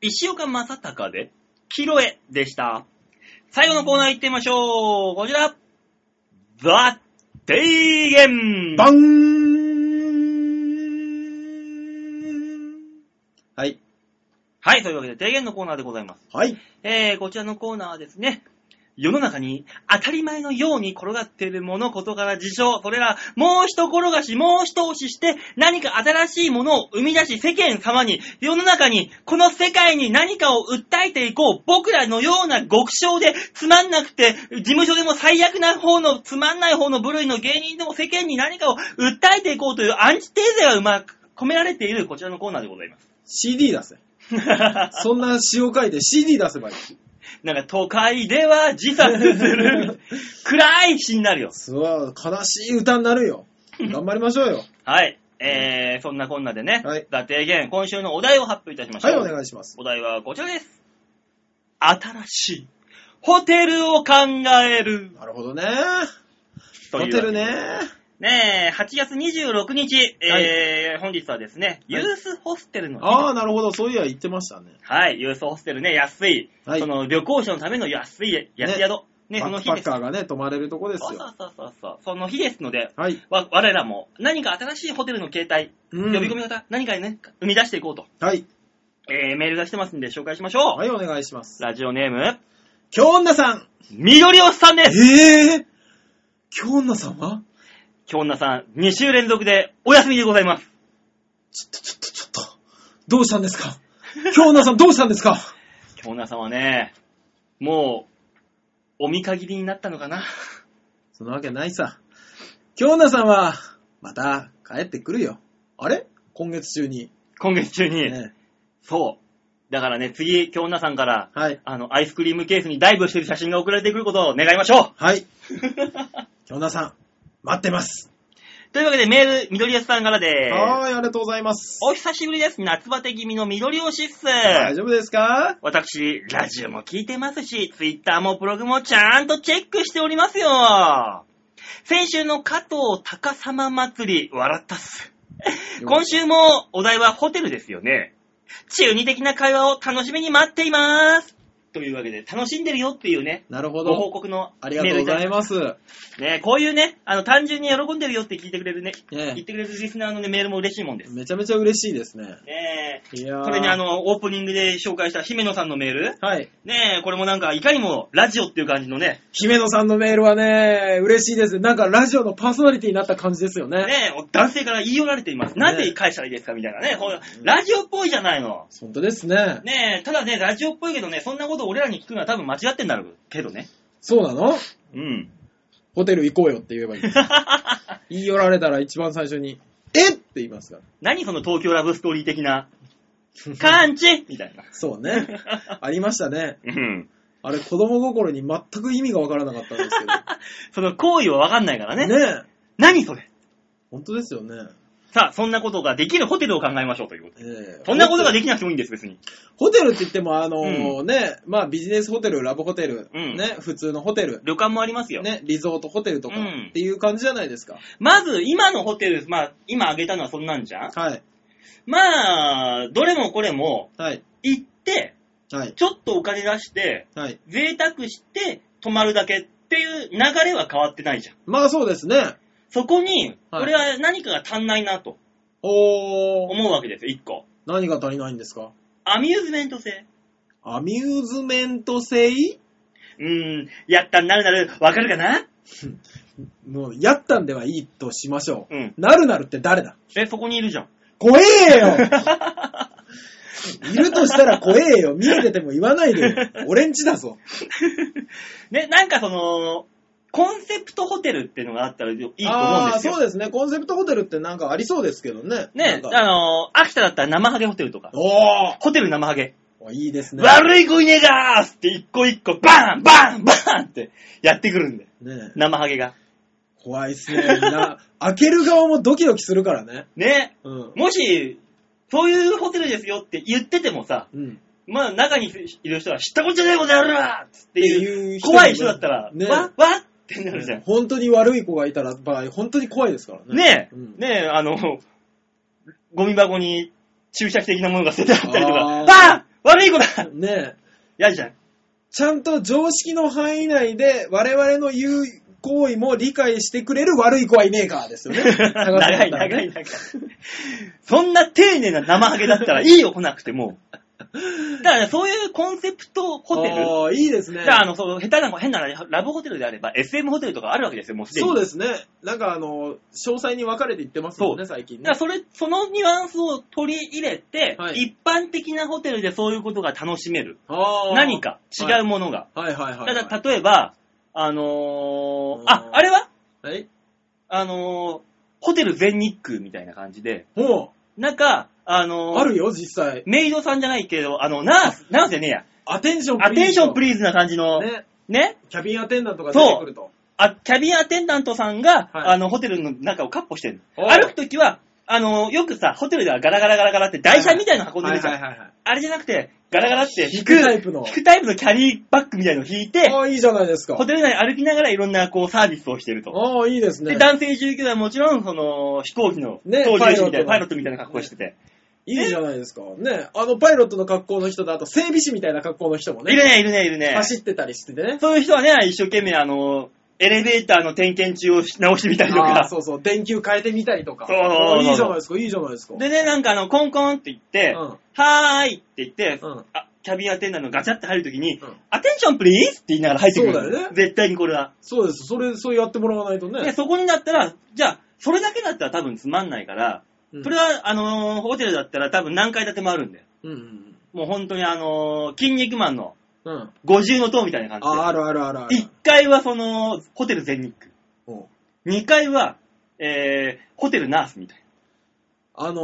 石岡正隆で、キロエでした。最後のコーナー行ってみましょう。こちら。ザ・提言
バンはい。
はい、というわけで提言のコーナーでございます。
はい。
えー、こちらのコーナーはですね、世の中に当たり前のように転がっているもの、事から事象、それら、もう一転がし、もう一押しして、何か新しいものを生み出し、世間様に、世の中に、この世界に何かを訴えていこう。僕らのような極小で、つまんなくて、事務所でも最悪な方の、つまんない方の部類の芸人でも世間に何かを訴えていこうというアンチテーゼがうまく込められている、こちらのコーナーでございます。
CD 出せ。そんな詩を書いて CD 出せばいい。
なんか都会では自殺す る暗い詩になるよ。
すわ、悲しい歌になるよ。頑張りましょうよ。
はい。えー、そんなこんなでね、
はい
ザ提言、今週のお題を発表いたしましょ
は
う。
い、お願いします。
お題はこちらです。新しいホテルを考える。
なるほどね。
と
ホ
いう
テルね。
ねえ、8月26日、えー本日はですね、ユースホステルの日
ああ、なるほど。そういや、言ってましたね。
はい、ユースホステルね、安い。
はい
その旅行者のための安い、安宿。ね、そ
バ
の
ック
日
パ
で
ッ
す。
カーがね、泊まれるとこです
そうそ
よ。
うそうそうそう。その日ですので、
はい。
わ我らも何か新しいホテルの形態、
うん
呼び込み方、何かね、生み出していこうと、
はい。
えー、メールが来てますんで紹介しましょう。
はい、お願いします。
ラジオネーム、
京女さん。
緑おっさんです。
ええ京女さんは
京女さん、2週連続でお休みでございます。
ちょっと、ちょっと、ちょっと。どうしたんですか京女さんどうしたんですか
京女さんはね、もう、お見限りになったのかな。
そのわけないさ。京奈さんは、また帰ってくるよ。あれ今月中に。
今月中に。
ね
そう。だからね、次、京女さんから、
はい。
あの、アイスクリームケースにダイブしてる写真が送られてくることを願いましょ
はい。
う
京奈さん、待ってます。
というわけで、メール、緑おっさんからです。
はーい、ありがとうございます。
お久しぶりです。夏バテ気味の緑推しっす。
大丈夫ですか
私、ラジオも聞いてますし、ツイッターもブログもちゃんとチェックしておりますよ。先週の加藤高様祭り、笑ったっす。今週もお題はホテルですよね。中二的な会話を楽しみに待っています。というわけで、楽しんでるよっていうね、
なるほ
ご報
ど。
告の
ありがとうござい
す。
ます。
ね、こういうね、あの、単純に喜んでるよって聞いてくれるね、
ね
言ってくれるリスナーのね、メールも嬉しいもんです。
めちゃめちゃ嬉しいですね。
ねえ、
いやー
これね、あ、の、オープニングで紹介した姫野さんのメール。
はい。
ねえ、これもなんか、いかにもラジオっていう感じのね、
姫野さんのメールはね、嬉しいです。なんかラジオのパーソナリティになった感じですよね。
ねえ、男性から言い寄られています。
ね
なんで返したらいいですかみたいなね。こうラジオっぽいじゃないの。
本当ですね。
ねえ、ただね、ラジオっぽいけどね、そんなこと俺らに聞くのは多分間違ってんだろうけどね。
そうなの
うん。
ホテル行こうよって言えばいい。言い寄られたら一番最初に、えって言いますから。
何その東京ラブストーリー的な、感じみたいな。
そうね。 ありましたね。
うん。
あれ、子供心に全く意味がわからなかったんです
その行為はわかんないから
けど。
ね。
ねえ。
何それ
本当ですよね。
さあ、そんなことができるホテルを考えましょうということで。
ええ
そんなことができなくてもいいんです、別に。
ホテルって言っても、あのね、まあビジネスホテル、ラブホテル、
うん
ね、普通のホテル、
旅館もありますよ。
ね、リゾートホテルとか
うん
っていう感じじゃないですか。
まず、今のホテル、まあ、今挙げたのはそんなんじゃん
はい。
まあ、どれもこれも、
はい。
行って、
はい。
ちょっとお金出して、
はい。
贅沢して、泊まるだけっていう流れは変わってないじゃん。
まあそうですね。
そこに、
はい
俺は何かが足んないなと
おー、
思うわけですよ、一個。
何が足りないんですか
アミューズメント性。
アミューズメント性
うーん、やったんなるなる、わかるかな
もう、やったんではいいとしましょう。
うん
なるなるって誰だ
え、そこにいるじゃん。
怖え よいるとしたら怖えよ。見えてても言わないでよ。俺んちだぞ。
ね、なんかその、コンセプトホテルっていうのがあったらいいと思うんです
あー
よ
そう。ですね。コンセプトホテルってなんかありそうですけどね。
ね、
なん
あ
か
のー、秋田だったら生ハゲホテルとか、
おー
ホテル生ハゲ。
おいいですね。
悪い子いねがーっつって一個一個バーンバーンバーンってやってくるんで。
ねえ
生ハゲが。
怖いっすね。な、開ける側もドキドキするからね。
ね。
うん。
もし、そういうホテルですよって言っててもさ、
うん。っ
まあ中にいる人は知ったことじゃないことやるわっつって
て
いう、
いうも
怖い人だったら、
ね
わわってなるじゃん。
本当に悪い子がいたら場合、本当に怖いですからね。
ねえ、
うん
ねえ、あの、ゴミ箱に注射器的なものが捨ててあったりとか、
あー
バーン悪い子だ
ねえ。
嫌じゃん。
ちゃんと常識の範囲内で我々の言う行為も理解してくれる悪い子はいねえか ですよね。
長い長い長い。そんな丁寧な生ハゲだったらいいよ、来なくても。だから、ね、そういうコンセプトホテル。
ああ、いいですね。
じゃあ、あの、そう、下手な、変なラブホテルであれば、SM ホテルとかあるわけですよ、もうすでに。
そう
す。
ですね。なんかあの、詳細に分かれていってますもんね、最近
だから、。
ね
それ、そのニュアンスを取り入れて、
はい
一般的なホテルでそういうことが楽しめる。
あー
何。か違うものが。
はいはいはい、はい。
ただ、例えば、あのーあ、あれは
はい。
あのーホテル全日空みたいな感じで、
も
なんか、あの
う、
ー
あるよ、実際。
メイドさんじゃないけど、あの、ナース、ナースじゃねえや。
アテンション
アテンションプ
リ
リーズな感じの、ね、
ね。キャビンアテンダントが出
そう
てくると。
あキャビンアテンダントさんが、
はい
あの、ホテルの中をカッポしてる
おう
の。歩くときは、あの、よくさ、ホテルではガラガラガラガラって台車みたいなの運んで
はい
るじゃん。
はいはいはい。
あれじゃなくて、ガラガラって
引くタイプの
引くタイプのキャリーバッグみたいのを引いて
あ、あ、いいじゃないですか。
ホテル内歩きながらいろんなこうサービスをしてると。
ああ、いいですね
で、。男性従業員はもちろん、その、飛行機の
ね
操縦士みたいな、
パ
パイロ
イロッ
ッ
ト
ト
み
みたい
たいな
な
格
格
好
好
し
しててて。
いいじゃないですか。ね。あの、パイロットの格好の人と、あと整備士みたいな格好の人もね。
いるね、いるね、いるね。
走ってたりしててね。
そういう人はね、一生懸命、あの、エレベーターの点検中をし直してみたりと
ああ
か。
そうそう、電球変えてみたりとか。
そうそうそう
ああいいじゃないですか、いいじゃないですか。
でね、なんかあの、コンコンって言って、
うん
はーいって言って、
うん
あ、キャビンアテンダーのガチャって入るときに、
うん
アテンションプリーズって言いながら入ってくる。
そうだよね
絶対にこれは。
そうです、それ、そうやってもらわないと
で、
ね。
そこになったら、じゃあ、それだけだったら多分つまんないから、
うん
それは、あのーホテルだったら多分何階建てもあるんだよ。
うんうん
もう本当にあのー筋肉マンの
うん。うん。
五重の塔みたいな
ああ、
感
あるあるあるあ
じ
る
で。。1階はその、ホテル全日
うん
空。2階は、えー、ホテルナースみたいな。
あの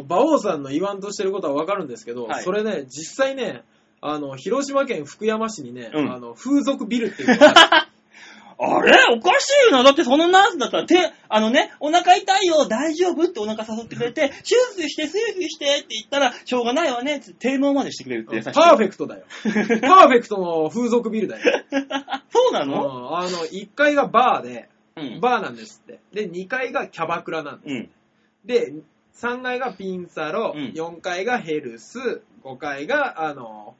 ー、馬王さんの言わんとしてることはわかるんですけど、
はい
それね、実際ね、あの、広島県福山市にね、
うん
あの、風俗ビルっていうのがある
あれおかしいな。だってそのナースだったら、手、あのね、お腹痛いよ、大丈夫ってお腹誘ってくれて、手術して、手術してって言ったら、しょうがないわね、って低毛までしてくれるって 優しい。
パーフェクトだよ。パーフェクトの風俗ビルだよ。
そうな
うん
の
あの、1階がバーで、
うん。
バーなんですって。で、2階がキャバクラなんです。
うん。
で、3階がピンサロ、
うん
4階がヘルス、5階が、あの、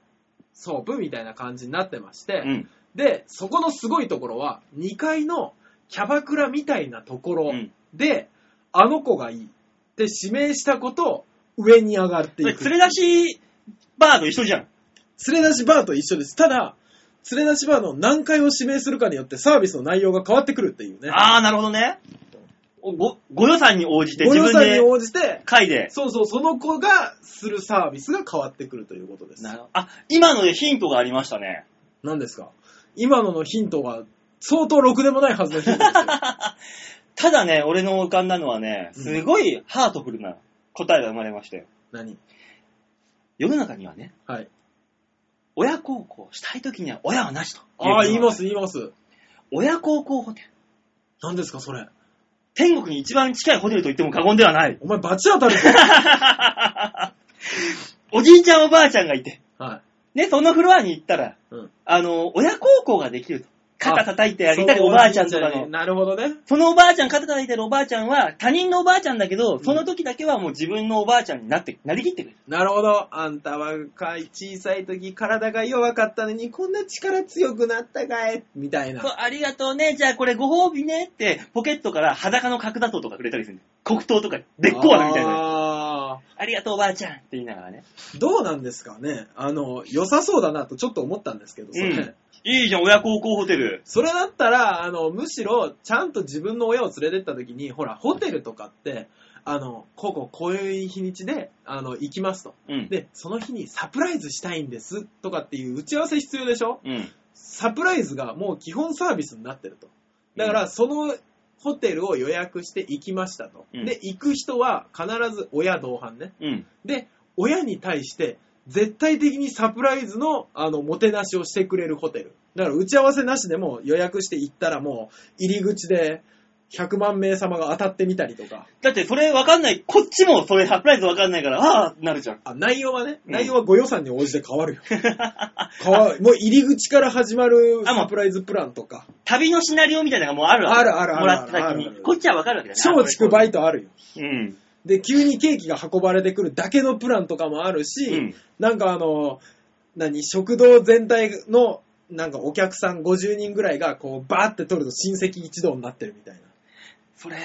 ソープみたいな感じになってまして、
うん。
で、そこのすごいところは、2階のキャバクラみたいなところ
うん
で、あの子がいいって指名したこと、上に上がって
そ
い
れ
く。
連れ出し、バーと一緒じゃん。
連れ出しバーと一緒です。ただ、連れ出しバーの何階を指名するかによってサービスの内容が変わってくるっていうね。
あー、なるほどね。おご、ご予算に応じて
ご
自
予
分
算に
で、
応じて、
会で。
そうそう、その子がするサービスが変わってくるということです。
なるほどあ、今のでヒントがありましたね。
何ですか今ののヒントは相当ろくでもないはずの ヒントですよ。
ただね、俺の浮かんだのはね、
うん
すごいハートフルな答えが生まれましたよ。
何
世の中にはね、
はい。
親孝行したい時には親はなしと。。
ああ、言いますす、言います。
親孝行ホテル。
何ですか、それ。
天国に一番近いホテルと言っても過言ではない。
お前、罰当たるぞ。
おじいちゃんおばあちゃんがいて、
はい。
ね、そのフロアに行ったら、
うん
あの、親孝行ができると。肩叩いてあげたり、
そう
おばあちゃんとか
おじいに
の。
なるほどね。
そのおばあちゃん、肩叩いてるおばあちゃんは、他人のおばあちゃんだけど、その時だけはもう自分のおばあちゃんになって、なりきってくれる。
なるほど。あんたはかい小さい時体が弱かったのにこんな力強くなったかいみたい
そう
な。
ありがとうね、じゃあこれご褒美ねって、ポケットから裸の角砂糖とかくれたりするんだよ黒糖とか、べっこう飴みたいな。
あ
ありがとうおばあちゃんって言いながらね。
ーどうなんですかね。あの、良さそうだなとちょっと思ったんですけど、それ。
うんいいじゃん、親孝行ホテル。
それだったら、あの、むしろ、ちゃんと自分の親を連れてった時に、ほら、ホテルとかって、あの、ここ、こういう日にちで、あの、行きますと。
うん。
で、その日にサプライズしたいんです、とかっていう打ち合わせ必要でしょ
うん。
サプライズがもう基本サービスになってると。だか
う
ら、そのホテルを予約して行きましたと。
うん
で、行く人は必ず親同伴ね。
うん。
で、親に対して、絶対的にサプライズの、あの、もてなしをしてくれるホテル。だから、打ち合わせなしでも予約して行ったらもう、入り口で、100万名様が当たってみたりとか。
だってそれ分かんない、こっちもそれサプライズ分かんないから、ああってなるじゃん。
あ、内容はね、
うん
内容はご予算に応じて変わ るよ。変わもう入り口から始まる
あもう
サプライズプランとか、
旅のシナリオみたいなのがもうあるわけ
あるあるある
もらってた時
あるあるあ
に
る。
こっちは分かるわけだね。
松竹バイトあるよ。
うん。
で、急にケーキが運ばれてくるだけのプランとかもあるし、
うん
なんかあの、何、食堂全体の、なんかお客さん50人ぐらいが、こう、バーって取ると親戚一同になってるみたいな。
それ、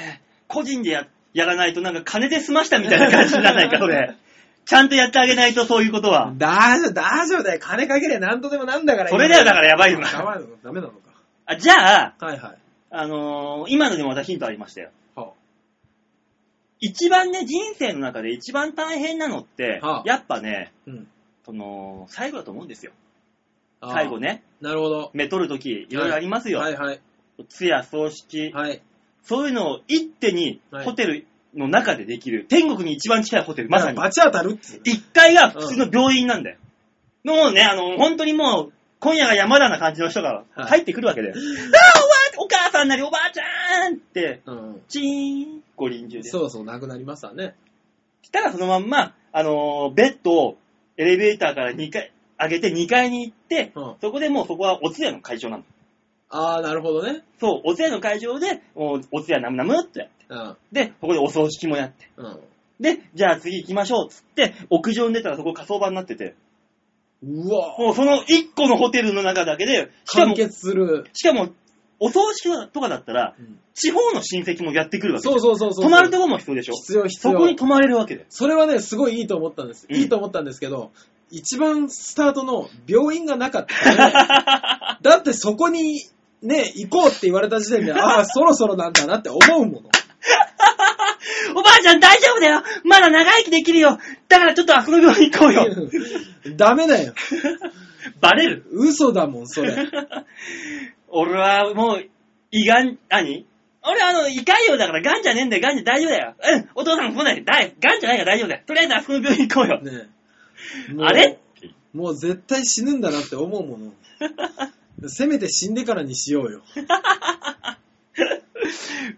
個人でややらないとなんか金で済ましたみたいな感じじゃないか、そ れ。ちゃんとやってあげないと、そういうことは。
大丈夫、大丈夫だよ。金かけりゃ何とでもなんだから。
それだよだからやばいよな
やばいのかダメなのか。
あじゃあ、
はいはい。
あのー今のでもまたヒントありましたよ。
は
一番ね、人生の中で一番大変なのって、
はあ
やっぱね、
あうん。
その、最後だと思うんですよ。
あー
最後。ね、
なるほど。
目取るとき、いろいろありますよ。
はいはい。
通夜、葬式、
はい。
そういうのを一手に、
はい
ホテルの中でできる、天国に一番近いホテル、まさに。
バチ当たるっつう。
1階が普通の病院なんだよ。もうね、あの、本当にもう、今夜が山だな感じの人が
はい
入ってくるわ けだよ。ああ、おばあ、お母さんなりおばあちゃんって、
うん。
チーン、ご臨終で。
そうそう、なくなりましたね。
したらそのまんま、あのーベッドをエレベーターから2階、上げて2階に行って、
うん。
そこでもうそこはお通夜の会場なの。
ああ、なるほどね。
そう、お通夜の会場で、もうお通夜なむなむってやって。
うん。
で、ここでお葬式もやって。
うん。
で、じゃあ次行きましょうっつって、屋上に出たらそこ火葬場になってて、
うわ
もうその1個のホテルの中だけで、しか
完
も、
結する。
しかも、お葬式とかだったら、地方の親戚もやってくるわけ。
そうそうそうそう。
泊まるとこも必要でしょ。
必要必
そこに
要。
泊まれるわけで。
それはね、すごいいいと思ったんです。
うん
いいと思ったんですけど、一番スタートの病院がなかったね。 だってそこにね、行こうって言われた時点で、ああ、そろそろなんだなって思う もの。
おばあちゃん大丈夫だよまだ長生きできるよだからちょっとあそこの病院行こうよ
ダメだよ。
バレる
嘘だもん、それ。
俺はもう、胃がん、何俺あの、胃潰瘍だから癌じゃねえんだよ、癌じゃ大丈夫だよ。うん、お父さん来ないで、だい癌じゃないから大丈夫だよ。とりあえずあそこの病院行こうよ。
ね
あれ
もう絶対死ぬんだなって思うも の。せめて死んでからにしようよ。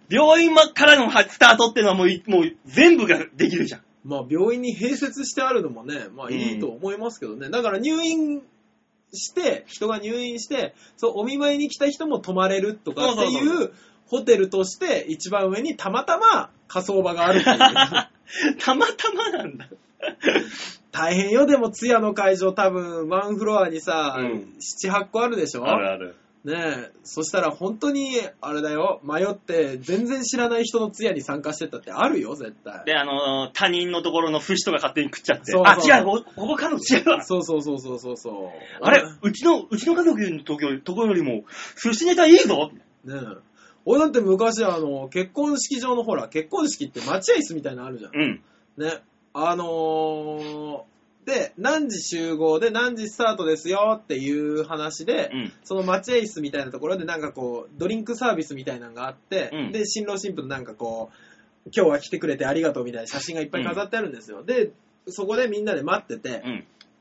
病院からのスタートってのはもうい、もう全部ができるじ ゃん。
まあ病院に併設してあるのもね、まあいいと思いますけどね。だから入院して、人が入院して、そう、お見舞いに来た人も泊まれるとかって
そう
い
そうそう
ホテルとして一番上にたまたま火葬場があるっていう。
たまたまなんだ。
大変よ、でも通夜の会場多分ワンフロアにさ、
うん
7、8個あるでしょ
あるある。
ねえ、そしたら本当に、あれだよ、迷って全然知らない人の通夜に参加してったってあるよ、絶対。
で、あのー他人のところの節とか勝手に食っちゃって。
そうそう
あ、違う、こここ彼女違うわ。
そうそうそうそうそうそう。
あれうちの、うちの家族のとこよとこよりも、寿司ネタいいぞ
ねえ。俺だって昔、あの、結婚式場のほら、結婚式って待合室みたいなのあるじゃん。
うん。
ね。あのー、で、何時集合で何時スタートですよっていう話で、
うん。
その待合室みたいなところでなんかこう、ドリンクサービスみたいなのがあって、
うん
で、新郎新婦のなんかこう、今日は来てくれてありがとうみたいな写真がいっぱい飾ってあるんですよ。で、そこでみんなで待ってて、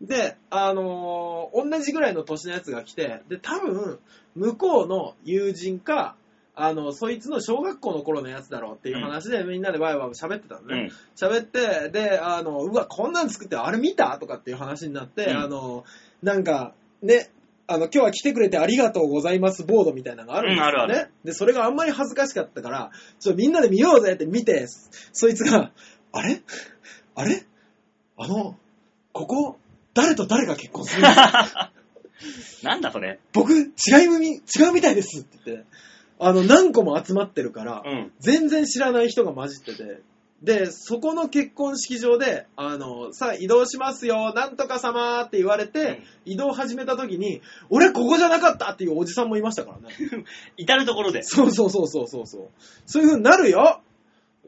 うん。
で、あのー同じぐらいの年のやつが来て、で、多分、向こうの友人か、あの、そいつの小学校の頃のやつだろうっていう話で、みんなでワイワイ喋ってたの
う
ね
ん。。
喋、って、で、あの、うわ、こんなん作って、あれ見たとかっていう話になって、
うん
あの、なんか、ね、あの、今日は来てくれてありがとうございますボードみたいなのがあるんですよ、ね。
うんあるあ
で、それがあんまり恥ずかしかったから、ちょ、みんなで見ようぜって見て、そいつが、あれあれあの、ここ、誰と誰が結 婚するの
なんだそれ。
僕、違いみ、違うみたいですって言って、あの、何個も集まってるから、
うん。
全然知らない人が混じってて、で、そこの結婚式場で、あの、さあ移動しますよ、なんとか様って言われて、
うん
移動始めた時に、俺ここじゃなかったっていうおじさんもいましたからね。
至るところで、
そうそうそうそうそうそう。そういう風になるよ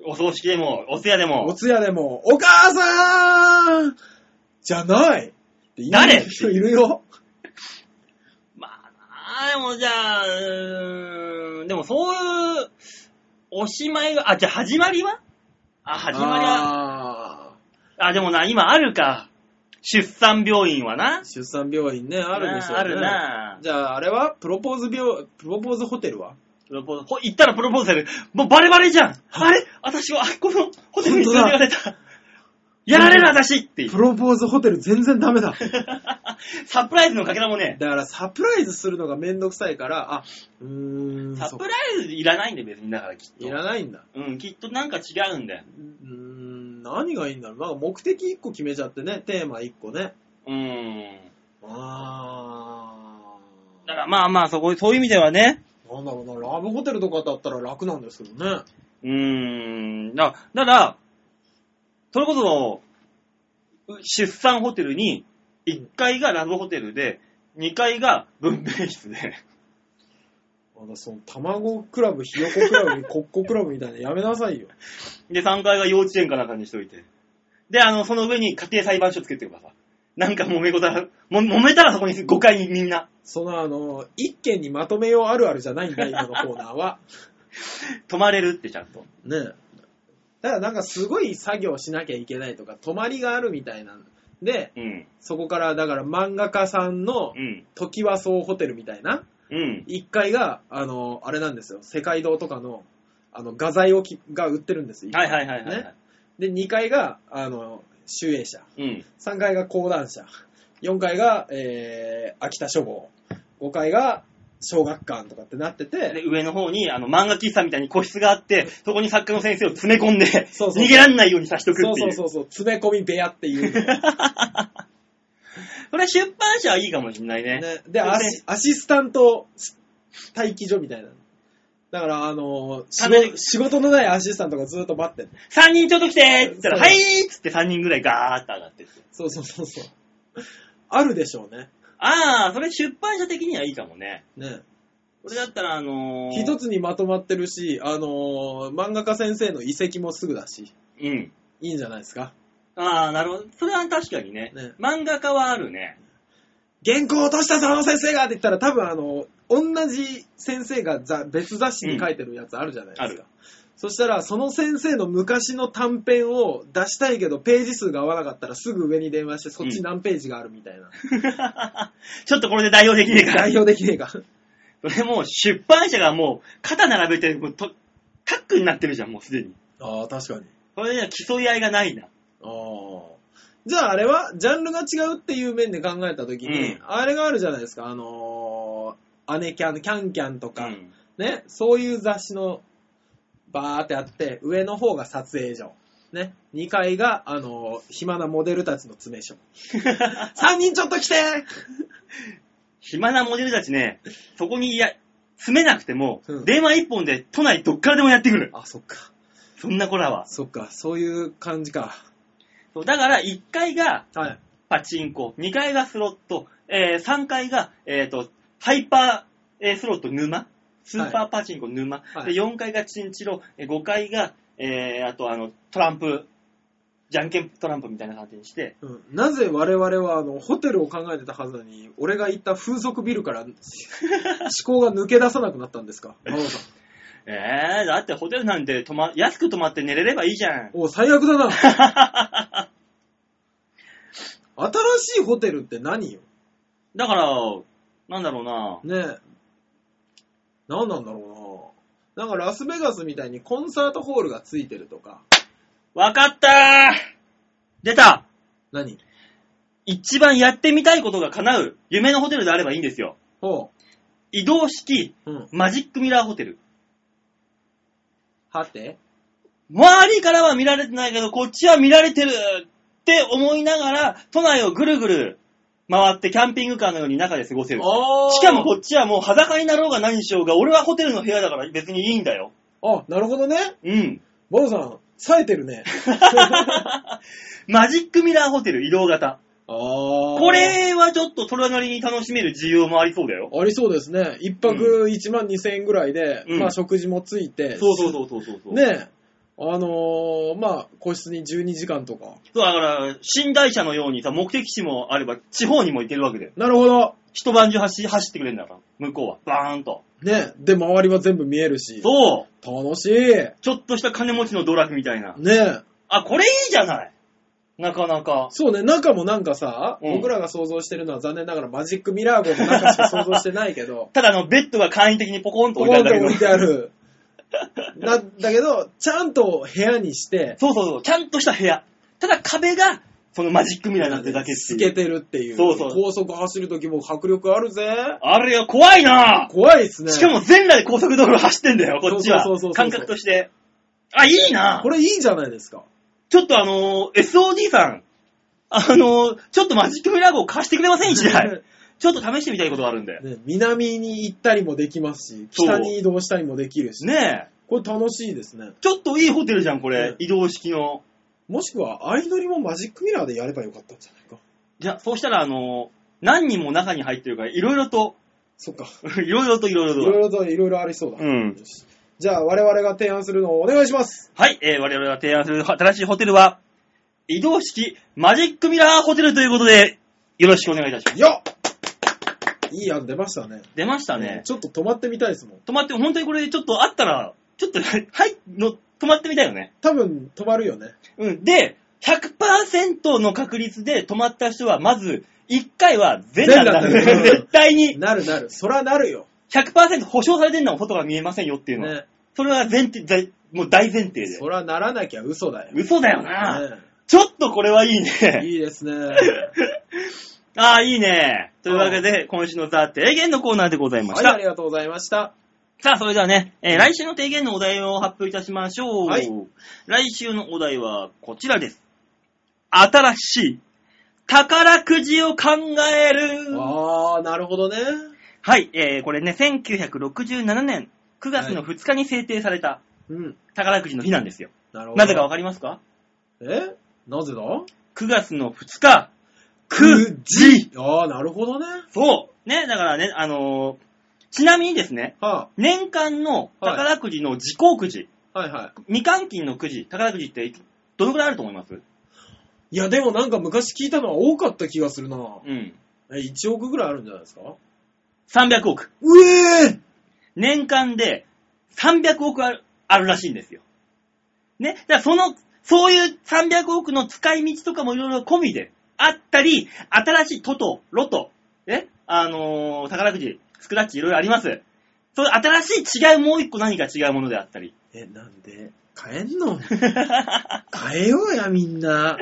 お葬式でも、お通夜で
お
も、
通夜でも、お母さんじゃないって言う
誰
人いるよ。
まあ、でもじゃあ、うーんでもそういう、おしまいが、あ、じゃあ始まりはあ、始まりは、
あ
あ、でもな、今あるか。出産病院はな
ー。出産病院ね、あるでしょうね。
なあるな。
じゃあ、あれはプロポーズ病、プロポーズホテルは
プロポーズ、ほ行ったらプロポーズされる。もうバレバレじゃん。あれ私は、このホテルに連れてかれた。やられる私って いう
プ。ロポーズホテル全然ダメだ。
サプライズのかけらもね、
だからサプライズするのがめんどくさいから、あ、うーん、
サ
そ
プ
っか
ライズいらないんで別にだからきっと。
いらないんだ。
うん、きっとなんか違うんだよ。
うーん、何がいいんだろう。なんか目的1個決めちゃってね、テーマ1個ね。
うん。
あー。
だからまあまあ、そこ、そういう意味ではね、
なんだろうな、ラブホテルとかだったら楽なんですけどね。
うーん、だだから、それこそ、出産ホテルに、1階がラブホテルで、2階が分娩室で、
まだその、卵クラブ、ひよこク ラブ、コッコクラブみたいなやめなさいよ。
で、3階が幼稚園かなんかにしといて。で、あの、その上に家庭裁判所つけてください。なんか揉めごたら、も揉めたらそこに5階にみんな、
そのあの、一件にまとめようあるあるじゃないんだ、 今のコーナーは。
泊まれるってちゃんと。
ねえ。だからなんかすごい作業しなきゃいけないとか、泊まりがあるみたいなんで、
うん、
そこからだから漫画家さんの
うん、
時和荘ホテルみたいな、
うん。
1階が、あの、あれなんですよ、世界堂とかの、あの、画材をきが売ってるんですよ。
はいはいはいはい、は
ねで、2階が、あの、集英社。
い。うん。
3階が講談社。4階が、えー、秋田書房。5階が、小学館とかってなってて、
で、上の方に、あの、漫画喫茶みたいに個室があって、そこに作家の先生を詰め込んで、
そうそう
逃げらんないようにさしとくってい。
そううそうそうそう、詰め込み部屋っていうのが
これは出版社はいいかもしんないね。
ね。で、
そうね
アシアシスタント待機所みたいな。だから、あのー仕
食べ
事、仕事のないアシスタントがずっと待ってんの
3人ちょっと来てって言ったら、
そう
はいーっつって3人ぐらいガーッと上がってって。
そうそうそうそう。あるでしょうね。
あー、それ出版社的にはいいかもね。
ね。
これだったら、あのー、
一。つにまとまってるし、あのー漫画家先生の遺跡もすぐだし、
うん。
いいんじゃないですか。
あー、なるほど。それは確かにね。
ね
漫画家はあるね。
原稿落とした佐野先生がって言ったら多分あの、同じ先生がざ別雑誌に書いてるやつあるじゃないですか。
うんある
そしたら、その先生の昔の短編を出したいけど、ページ数が合わなかったらすぐ上に電話して、そっち何ページがあるみたいな。
ちょっとこれで代表できねえから。
代表できねえか。
それもう出版社がもう肩並べて、もうとタックになってるじゃん、もうすでに。
ああ、確かに。
これじゃ競い合いがないな。
ああ。じゃああれは、ジャンルが違うっていう面で考えたときに、
うん
あれがあるじゃないですか、あのー、姉キャン、キャンキャンとか、
うん
ね、そういう雑誌のバーってあって、上の方が撮影所。ね、2階が、あのー暇なモデルたちの詰め 所。3人ちょっと来て
暇なモデルたちね、そこにいや、詰めなくても、
うん
電話一本で都内どっからでもやってくる。
あ、そっか。
そんな子らは。
そっか、そういう感じか。
そうだから1階が
はい。
パチンコ、2階がスロット、えー3階が、えー、とハイパー、えースロット沼、スーパーパチンコ沼、
はい
で4階がチンチロ、えー5階が、えーあとあのトランプ、じゃんけんトランプみたいな感じにして、
うん、なぜ我々はあのホテルを考えてたはずなのに、俺が行った風俗ビル から思考が抜け出さなくなったんですか、馬王さん。
えー、だってホテルなんて泊、ま、安く泊まって寝れればいいじゃん。
おう最悪だな。新しいホテルって何よ
だから、なんだろうな。
ねえ。何なんだろうな。なんかラスベガスみたいにコンサートホールがついてるとか。
わかったー出た
何
一番やってみたいことが叶う夢のホテルであればいいんですよ。
ほ
移動式
う。うん。
マジックミラーホテル。
はて
周りからは見られてないけど、こっちは見られてるって思いながら、都内をぐるぐる回ってキャンピングカーのように中で過ごせる。
あ
しかも
こ
こっちはもう裸になろうが何しようが、俺はホテルの部屋だから別にいいんだよ。
あ、なるほどね。
うん。
ボロさん、冴えて るね。
マジックミラーホテル移動型。
あー
これはちょっと虎なりに楽しめる需要もありそうだよ。
ありそうですね。一泊1万2000円ぐらいで、
うん
まあ食事もついて。
そうそうそうそうそうそう。
ねえ。あのーまあ、個室に12時間とか。
そう、だから、寝台車のようにさ、目的地もあれば、地方にも行けるわけで。
なるほど。
一晩中走走ってくれるんだから、向こうは。バーンと。
ねえ。で、周りは全部見えるし。
そう
楽しい。ね
ちょっとした金持ちの道楽みたいな。
え。
あ、これいいじゃないなかなか。
そうね、中もなんかさ、
うん、
僕らが想像してるのは残念ながらマジックミラー号の中しか想像してないけど
ただあの、ベッドが簡易的にポコンと
ポ
置いて
コ
あ
ン
るだけど
と置い。てある。な、だけど、ちゃんと部屋にして、
そうそうそう、ちゃんとした部屋。ただ壁が、そのマジックミラーになってるだけって
透
い
け
う。
てるっていう。
そうそう
高速走るときも迫力あるぜ。
あれよ、怖いな
怖いっすね。
しかも全裸で高速道路走ってんだよ、こっちは
そうそうそうそう。
感覚として。あ、いいな
これいいじゃないですか。
ちょっとあのー SOD さん、あのーちょっとマジックミラー号貸してくれません一台。ちょっと試してみたいことがあるんで。
ね、南に行ったりもできますし、
そう
北に移動したりもできるし、
ねえ。
これ楽しいですね。
ちょっといいホテルじゃん、これ
うん。
移動式の。
もしくは、相乗りもマジックミラーでやればよかったんじゃないか。
じゃあ、そうしたら、あのー何人も中に入ってるから、いろいろと、
そっか。
いろいろといろいろ
いろい
と。
ろといろいろありそうだ。
うん
よしじゃあ、我々が提案するのをお願いします。
はい、えー我々が提案する新しいホテルは、移動式マジックミラーホテルということで、よろしくお願いいたします。
よっいい案出ましたね。
出ましたね。
ちょっと止まってみたいですもん。
止まって、本当にこれちょっとあったら、ちょっと、 はい、の、止まってみたいよね。
多分、止まるよね。
うん。で、100%の確率で止まった人は、まず、1回は全裸にな
全裸
る。
にな る
絶対に、
なるなる。そらなるよ。
100%保証されてるのは外が見えませんよっていうのは。
ね。
それは前提、大もう大前提で
そ。らならなきゃ嘘だよ。
嘘だよな、
ね
ちょっとこれはいいね。
いい ですね。
ああ、いいね。というわけで、今週のザ・提言のコーナーでございま
は
し
い、
た。
ありがとうございました。
さあ、それではね、えー来週の提言のお題を発表いたしましょう。
はい
来週のお題はこちらです。新しい宝くじを考える。
ああ、なるほどね。
はい、えー、これね、1967年9月の2日に制定された
うん。
宝くじの日なんですよ。
なるほど。
なぜかわかりますか
えなぜだ
?9 月の2日、くじ
ああ、なるほどね。
そうね、だからね、あのーちなみにですね、
は
年間の宝くじの時効くじ、
あ、はいは
未換金のくじ、宝くじってどのくらいあると思います
い。いや、でもなんか昔聞いたのは多かった気がするな。
うん。
え、1億ぐらいあるんじゃないですか
300億。
うえ
年間で300億あるあるらしいんですよ。ね。だからその、そういう300億の使い道とかもいろいろ込みであったり、新しいトト、ロト、えあのー宝くじ、スクラッチいろいろあります。そういう新しい違いもう一個何か違うものであったり。
え、なんで買えんの買えようや、みんな。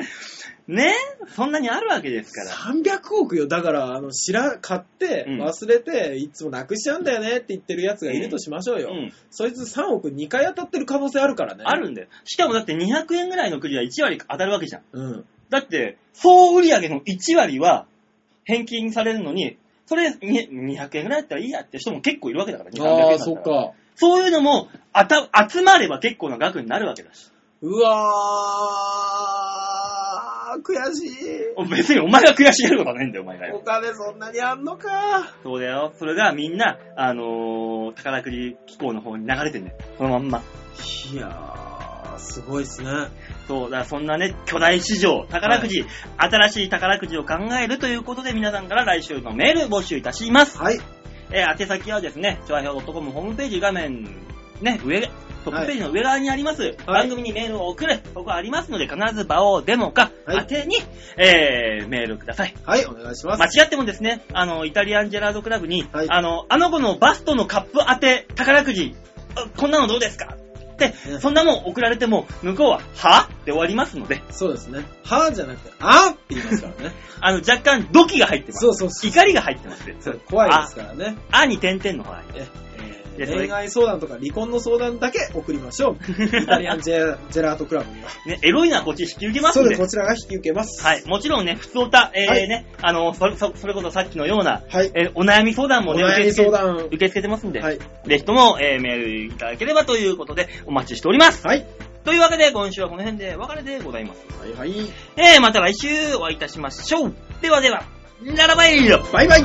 ねそんなにあるわけですから。
300億よ。だから、あの、知ら、買って、
うん
忘れて、いつもなくしちゃうんだよねって言ってるやつがいるとしましょうよ。
うん。
そいつ3億2回当たってる可能性あるからね。
あるんだよ。しかもだって200円ぐらいのくじは1割当たるわけじゃん。
うん。
だって、総売り上げの1割は返金されるのに、それに200円ぐらいだったらいいやって人も結構いるわけだから、200円
あ
だ
あ、
ら
そっ。か。
そういうのもあた、集まれば結構な額になるわけだし。
うわー、悔しい。
お別にお前が悔しがることはないんだよ、お前がよ
お。金そんなにあんのか。
そうだよ。それがみんな、あのー宝くじ機構の方に流れてんだよ。そのまんま。
いやー、すごいですね。
そう、だからそんなね、巨大市場、宝くじ、新しい宝くじを考えるということで皆さんから来週のメール募集いたします。
はい。
えー宛先はですね、調和表 .com ホームページ画面、ね、上、トップページの上側にあります、番組にメールを送る、ここありますので、必ず場をデモか、
はい
宛てに、えーメールください。
はい、お願いします。
間違ってもですね、あの、イタリアンジェラードクラブに、
はい
あの、あの子のバストのカップ当て宝くじ、あこんなのどうですかって、
ね
そんなもん送られても、向こうは、はって終わりますので、
そうですね。はーじゃなくて、あーって言いますからね。
あの、若干、ドキが入ってます
そ。うそうそう。
怒りが入ってますね。
そう怖いですからね。
あに点々の方が入ってます
え
で
え
それ
恋愛相談とか離婚の相談だけ送りまし ょう。イタリアンジェジェラートクラブには。
ね、エロいのはこっち引き受けます
そ
ん
う
で
で、。こちらが引き受けます。
はい。もちろんね、普通歌、えー
はい
ね、あの、それ、そそれこそさっきのような、
はい。
えーお悩み相談
お
もね、
悩み
受け付け、
相談。
受け付けてますんで、
はい。
ぜひとも、えーメールいただければということで、お待ちしております。
はい。
というわけで、今週はこの辺でお別れでございます。
はいはい。
えー、また来週お会いいたしましょう。ではでは、ならばいよ
バイバイ